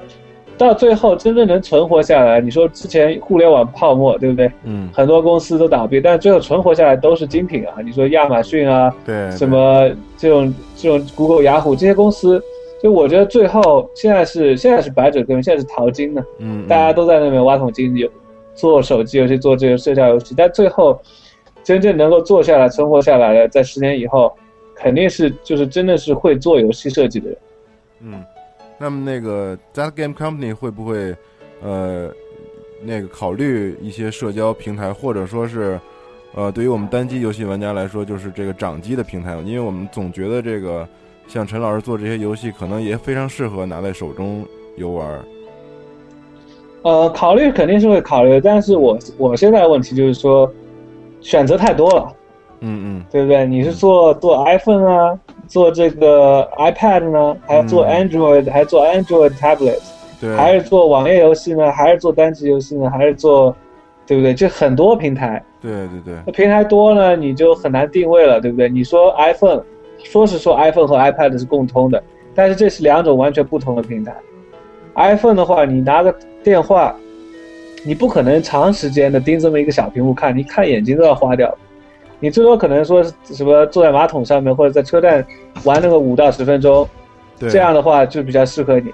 Speaker 4: 到最后真正能存活下来，你说之前互联网泡沫对不对？
Speaker 1: 嗯
Speaker 4: 很多公司都倒闭，但最后存活下来都是精品啊，你说亚马逊啊，
Speaker 1: 对
Speaker 4: 什么这种这种 Google、雅虎这些公司，就我觉得最后现在是现在是百者耕耘，现在是淘金呢，
Speaker 1: 对嗯嗯
Speaker 4: 大家都在那边挖桶金，有做手机游戏，做这个社交游戏，但最后真正能够做下来、存活下来的，在十年以后，肯定是就是真的是会做游戏设计的人。
Speaker 1: 嗯，那么那个 That Game Company 会不会呃那个考虑一些社交平台，或者说是呃对于我们单机游戏玩家来说，就是这个掌机的平台？因为我们总觉得这个像陈老师做这些游戏，可能也非常适合拿在手中游玩儿。
Speaker 4: 呃，考虑肯定是会考虑的，但是我我现在的问题就是说，选择太多了。
Speaker 1: 嗯
Speaker 4: 对不对？你是做做 iPhone 啊，做这个 iPad 呢，还要做
Speaker 1: 嗯
Speaker 4: Android，、还做 Android tablet，
Speaker 1: 嗯，对，
Speaker 4: 还是做网页游戏呢？还是做单机游戏呢？还是做，对不对？这很多平台，
Speaker 1: 对对对，
Speaker 4: 那平台多呢，你就很难定位了，对不对？你说 iPhone，说是说 iPhone 和 iPad 是共通的，但是这是两种完全不同的平台。iPhone 的话，你拿着电话，你不可能长时间的盯这么一个小屏幕看，你看眼睛都要花掉。你最多可能说是什么坐在马桶上面，或者在车站玩那个五到十分钟，
Speaker 1: 对
Speaker 4: 这样的话就比较适合你。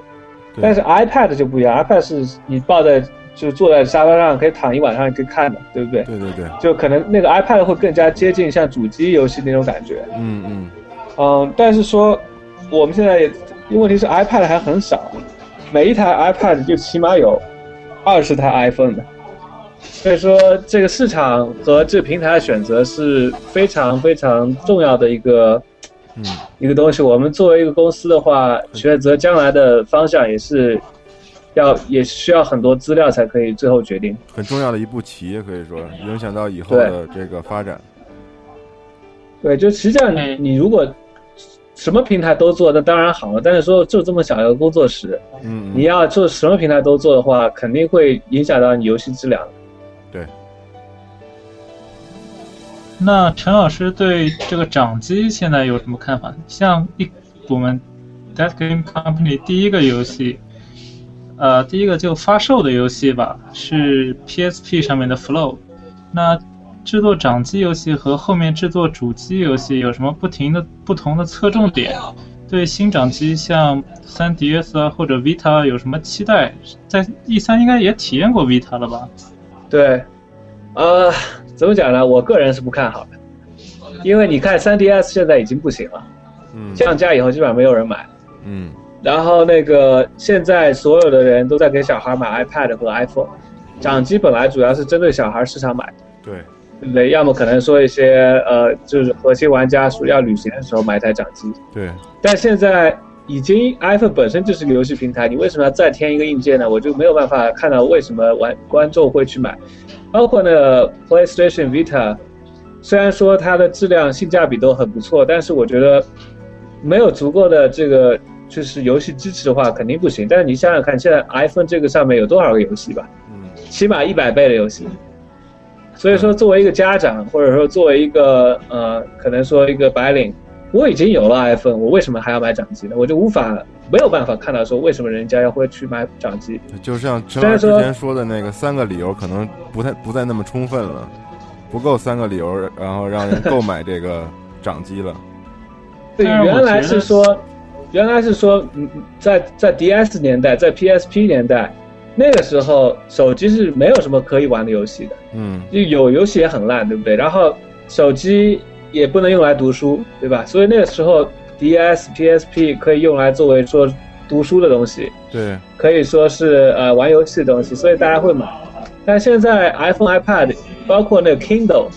Speaker 1: 对
Speaker 4: 但是 iPad 就不一样，iPad 是你抱在就坐在沙发上可以躺一晚上，你可以看的，对不对？
Speaker 1: 对对对，
Speaker 4: 就可能那个 iPad 会更加接近像主机游戏那种感觉。
Speaker 1: 嗯嗯
Speaker 4: 嗯，但是说我们现在也问题是 iPad 还很少，每一台 iPad 就起码有二十台 iPhone 的，所以说这个市场和这个平台的选择是非常非常重要的一个
Speaker 1: 嗯，
Speaker 4: 一个东西。我们作为一个公司的话，选择将来的方向也是要也需要很多资料才可以最后决定。
Speaker 1: 很重要的一步棋，可以说影响到以后的这个发展。
Speaker 4: 对，就实际上你
Speaker 2: 嗯
Speaker 4: 你如果什么平台都做，那当然好了。但是说就这么小一个工作室，
Speaker 1: 嗯，嗯
Speaker 4: 你要做什么平台都做的话，肯定会影响到你游戏质量。
Speaker 2: 那陈老师对这个掌机现在有什么看法？像一我们 Death Game Company 第一个游戏，呃，第一个就发售的游戏吧，是 PSP 上面的 Flow。那制作掌机游戏和后面制作主机游戏有什么不停的不同的侧重点？对新掌机像 3DS 啊或者 Vita 有什么期待？在 E 3应该也体验过 Vita 了吧？
Speaker 4: 对，呃，怎么讲呢？我个人是不看好的，因为你看 3DS 现在已经不行了，
Speaker 1: 嗯
Speaker 4: 降价以后基本上没有人买。
Speaker 1: 嗯
Speaker 4: 然后那个现在所有的人都在给小孩买 iPad 和 iPhone，掌机本来主要是针对小孩市场买的。
Speaker 1: 对，
Speaker 4: 对不对？要么可能说一些呃，就是核心玩家说要旅行的时候买一台掌机，
Speaker 1: 对
Speaker 4: 但现在已经 iPhone 本身就是个游戏平台，你为什么要再添一个硬件呢？我就没有办法看到为什么玩观众会去买，包括呢 PlayStation Vita，虽然说它的质量性价比都很不错，但是我觉得没有足够的这个就是游戏支持的话肯定不行。但是你想想看，现在 iPhone 这个上面有多少个游戏吧？
Speaker 1: 嗯
Speaker 4: 起码一百倍的游戏。所以
Speaker 2: 嗯
Speaker 4: 说，作为一个家长，或者说作为一个呃，可能说一个白领，我已经有了 iPhone，我为什么还要买掌机呢？我就无法没有办法看到说为什么人家要会去买掌机。
Speaker 1: 就像陈
Speaker 4: 虽
Speaker 1: 老
Speaker 4: 然
Speaker 1: 师之
Speaker 4: 说
Speaker 1: 前说的那个三个理由，可能不太不再那么充分了，不够三个理由，然后让人购买这个掌机了。
Speaker 4: 对，
Speaker 2: 但是我
Speaker 4: 原来
Speaker 2: 觉
Speaker 4: 是
Speaker 2: 得
Speaker 4: 说，原来是说，嗯在在 DS 年代，在 PSP 年代，那个时候手机是没有什么可以玩的游戏的。
Speaker 1: 嗯
Speaker 4: 就有游戏也很烂，对不对？然后手机也不能用来读书，对吧？所以那个时候 DS、PSP 可以用来作为说读书的东西，
Speaker 1: 对，
Speaker 4: 可以说是呃玩游戏的东西，所以大家会买。但现在 iPhone、iPad 包括那个 Kindle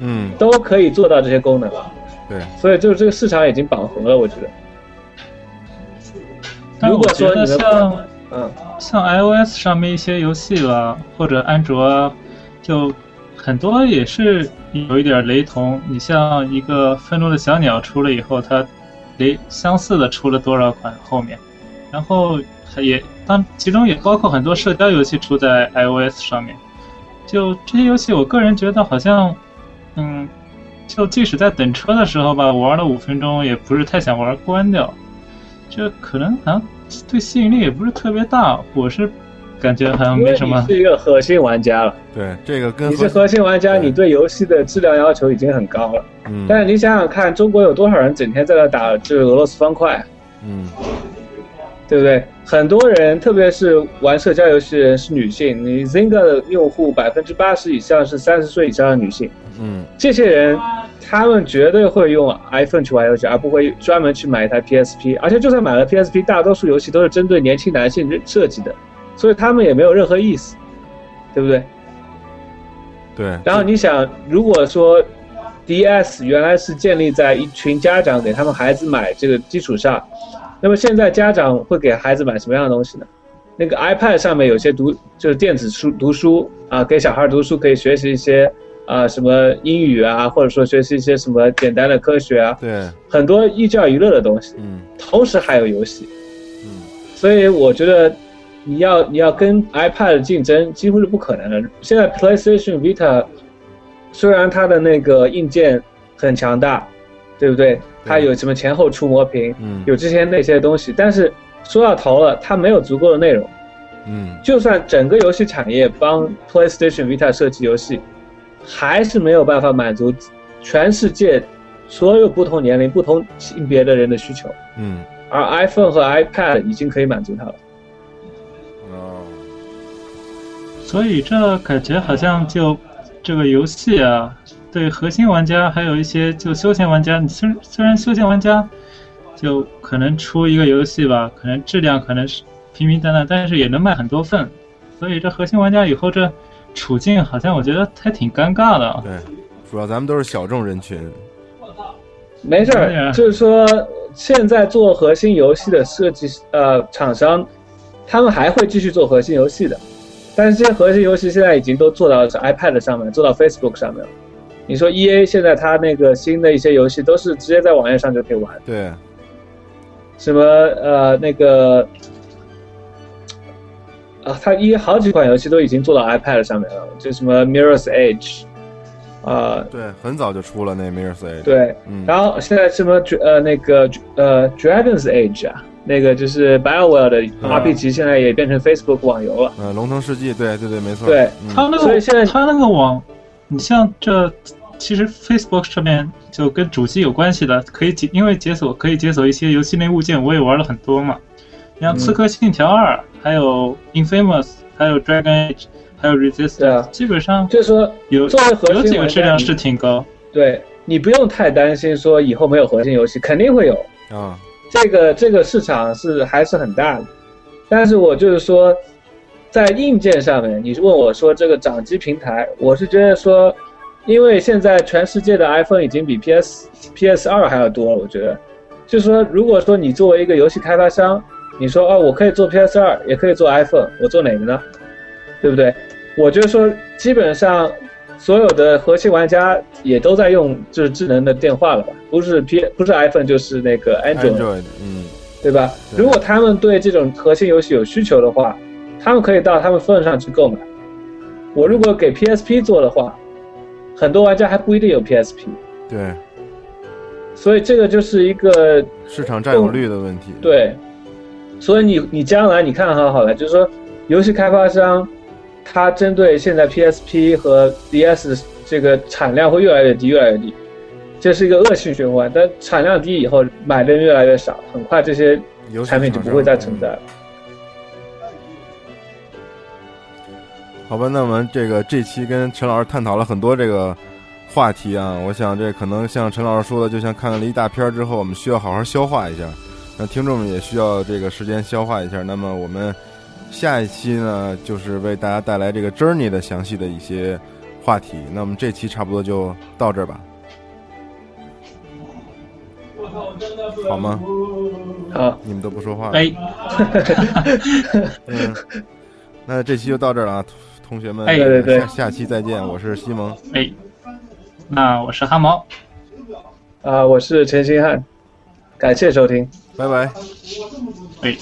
Speaker 1: 嗯
Speaker 4: 都可以做到这些功能了，
Speaker 1: 对，
Speaker 4: 所以就是这个市场已经饱和了，我觉得。
Speaker 2: 但
Speaker 4: 如
Speaker 2: 我
Speaker 4: 果
Speaker 2: 觉
Speaker 4: 说
Speaker 2: 得
Speaker 4: 你的
Speaker 2: 像
Speaker 4: 嗯，
Speaker 2: 像 iOS 上面一些游戏吧，或者安卓啊，就很多也是有一点雷同。你像一个愤怒的小鸟出了以后，它雷相似的出了多少款后面，然后也当其中也包括很多社交游戏出在 iOS 上面。就这些游戏，我个人觉得好像，嗯，就即使在等车的时候吧，玩了五分钟也不是太想玩，关掉。这可能好像对吸引力也不是特别大，我是感觉好像
Speaker 4: 因为
Speaker 2: 嗯没什么
Speaker 4: 你。是一个核心玩家了，
Speaker 1: 对，这个跟
Speaker 4: 你是
Speaker 1: 和
Speaker 4: 核心玩家，
Speaker 1: 对
Speaker 4: 你对游戏的质量要求已经很高了。
Speaker 1: 嗯
Speaker 4: 但是你想想看，中国有多少人整天在那打这个俄罗斯方块，
Speaker 1: 嗯
Speaker 4: 对不对？很多人，特别是玩社交游戏的人是女性，你 Zynga 的用户百分之八十以上是三十岁以上的女性，
Speaker 1: 嗯
Speaker 4: 这些人他们绝对会用 iPhone 去玩游戏，而不会专门去买一台 PSP。而且就算买了 PSP，大多数游戏都是针对年轻男性设计的，所以他们也没有任何意思，对不对？
Speaker 1: 对，
Speaker 4: 然后你想，如果说 DS 原来是建立在一群家长给他们孩子买这个基础上，那么现在家长会给孩子买什么样的东西呢？那个 iPad 上面有些读就是电子书读书啊，给小孩读书可以学习一些啊什么英语啊，或者说学习一些什么简单的科学啊，
Speaker 1: 对，
Speaker 4: 很多寓教于乐的东西，
Speaker 1: 嗯
Speaker 4: 同时还有游戏，
Speaker 1: 嗯
Speaker 4: 所以我觉得你要你要跟 iPad 竞争几乎是不可能的。现在 PlayStation Vita 虽然它的那个硬件很强大，对不对？它有什么前后触摸屏，
Speaker 1: 嗯
Speaker 4: 有这些那些东西，但是说到头了，它没有足够的内容。
Speaker 1: 嗯
Speaker 4: 就算整个游戏产业帮 PlayStation Vita 设计游戏，还是没有办法满足全世界所有不同年龄、不同性别的人的需求。
Speaker 1: 嗯
Speaker 4: 而 iPhone 和 iPad 已经可以满足它了。
Speaker 1: 哦，
Speaker 2: 所以这感觉好像就这个游戏啊，对核心玩家还有一些就休闲玩家，你虽虽然休闲玩家就可能出一个游戏吧，可能质量可能是平平淡淡，但是也能卖很多份。所以这核心玩家以后这处境好像我觉得还挺尴尬的啊。
Speaker 1: 对，主要咱们都是小众人群，
Speaker 4: 没事
Speaker 2: 对呀
Speaker 4: 儿，就是说现在做核心游戏的设计呃厂商，他们还会继续做核心游戏的，但是这些核心游戏现在已经都做到是 iPad 上面，做到 Facebook 上面了。你说 E A 现在它那个新的一些游戏都是直接在网页上就可以玩，
Speaker 1: 对，
Speaker 4: 什么呃那个啊，它一好几款游戏都已经做到 iPad 上面了，就什么 Mirror's Edge 啊、
Speaker 1: 对，很早就出了那 Mirror C，，
Speaker 4: 对，
Speaker 1: 嗯，
Speaker 4: 然后现在什么呃那个呃 Dragons Age 啊，那个就是 BioWare 的 RPG，、现在也变成 Facebook 网游了。
Speaker 1: 呃，龙腾世纪，对对对，没错，
Speaker 4: 对
Speaker 1: 嗯，
Speaker 2: 他那
Speaker 4: 所以
Speaker 2: 个
Speaker 4: 现在
Speaker 2: 他那个网，你像这，其实 Facebook 上面就跟主机有关系的，可以解，因为解锁可以解锁一些游戏内物件，我也玩了很多嘛。你像《刺客信条二》，还有《Infamous》，还有《Dragon Age》，还有《
Speaker 4: 对
Speaker 2: Resistance
Speaker 4: 啊》，
Speaker 2: 基本上
Speaker 4: 就是说，
Speaker 2: 有
Speaker 4: 作为核心
Speaker 2: 有几个
Speaker 4: 玩家
Speaker 2: 质量
Speaker 4: 你
Speaker 2: 是挺高。
Speaker 4: 对你不用太担心说以后没有核心游戏，肯定会有。
Speaker 1: 啊，
Speaker 4: 这个这个市场是还是很大的，但是我就是说，在硬件上面，你问我说这个掌机平台，我是觉得说，因为现在全世界的 iPhone 已经比 PS PS 二还要多了，我觉得，就是说，如果说你作为一个游戏开发商，你说哦，我可以做 PS 二，也可以做 iPhone，我做哪个呢？对不对？我觉得说，基本上所有的核心玩家也都在用就是智能的电话了吧？不是 P 不是 iPhone 就是那个 Android。
Speaker 1: Android，嗯
Speaker 4: 对吧？
Speaker 1: 对
Speaker 4: 如果他们对这种核心游戏有需求的话，他们可以到他们 Phone 上去购买。我如果给 PSP 做的话，很多玩家还不一定有 PSP，
Speaker 1: 对，
Speaker 4: 所以这个就是一个
Speaker 1: 市场占有率的问题，，
Speaker 4: 对。所以你你将来你看好好了，就是说，游戏开发商，它针对现在 PSP 和 DS 这个产量会越来越低，越来越低，这是一个恶性循环。但产量低以后，买的人越来越少，很快这些
Speaker 1: 游戏
Speaker 4: 产品就不会再存在
Speaker 1: 嗯
Speaker 4: 了。
Speaker 1: 好吧，那我们这个这期跟陈老师探讨了很多这个话题啊，我想这可能像陈老师说的，就像看了一大片儿之后，我们需要好好消化一下。那听众们也需要这个时间消化一下。那么我们下一期呢，就是为大家带来这个 Journey 的详细的一些话题。那我们这期差不多就到这儿吧。好吗？嗯
Speaker 4: 好，
Speaker 1: 你们都不说话了。
Speaker 2: 哎
Speaker 1: 嗯， 那这期就到这儿了啊，同学们。
Speaker 2: 哎
Speaker 4: 对对对
Speaker 1: 下下期再见，我是西蒙。
Speaker 2: 哎，那我是哈毛，
Speaker 4: 啊、我是陈星汉，感谢收听。
Speaker 1: 拜拜。
Speaker 2: 哎。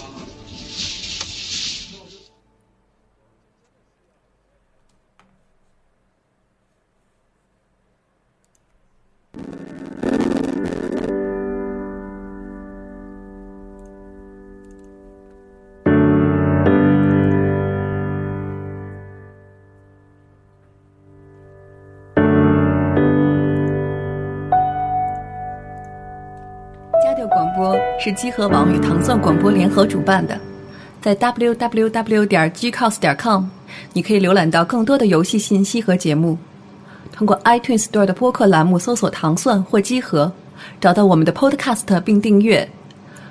Speaker 5: 家调广播是积禾网与糖蒜广播联合主办的，在 www 点 gcos 点 com，你可以浏览到更多的游戏信息和节目。通过 iTunes Store 的播客栏目搜索“糖蒜”或“积禾”，找到我们的 Podcast 并订阅。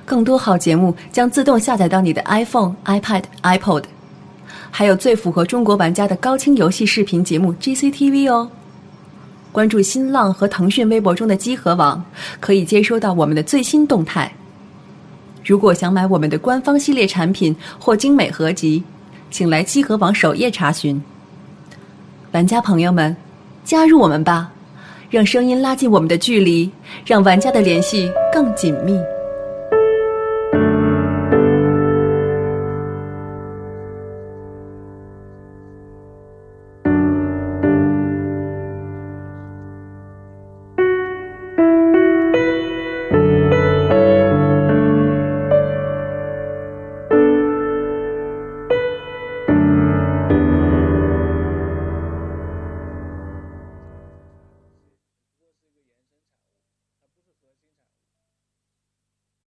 Speaker 5: 更多好节目将自动下载到你的 iPhone、iPad、iPod，还有最符合中国玩家的高清游戏视频节目 GCTV 哦。关注新浪和腾讯微博中的集合网，可以接收到我们的最新动态。如果想买我们的官方系列产品或精美合集，请来集合网首页查询。玩家朋友们，加入我们吧，让声音拉近我们的距离，让玩家的联系更紧密。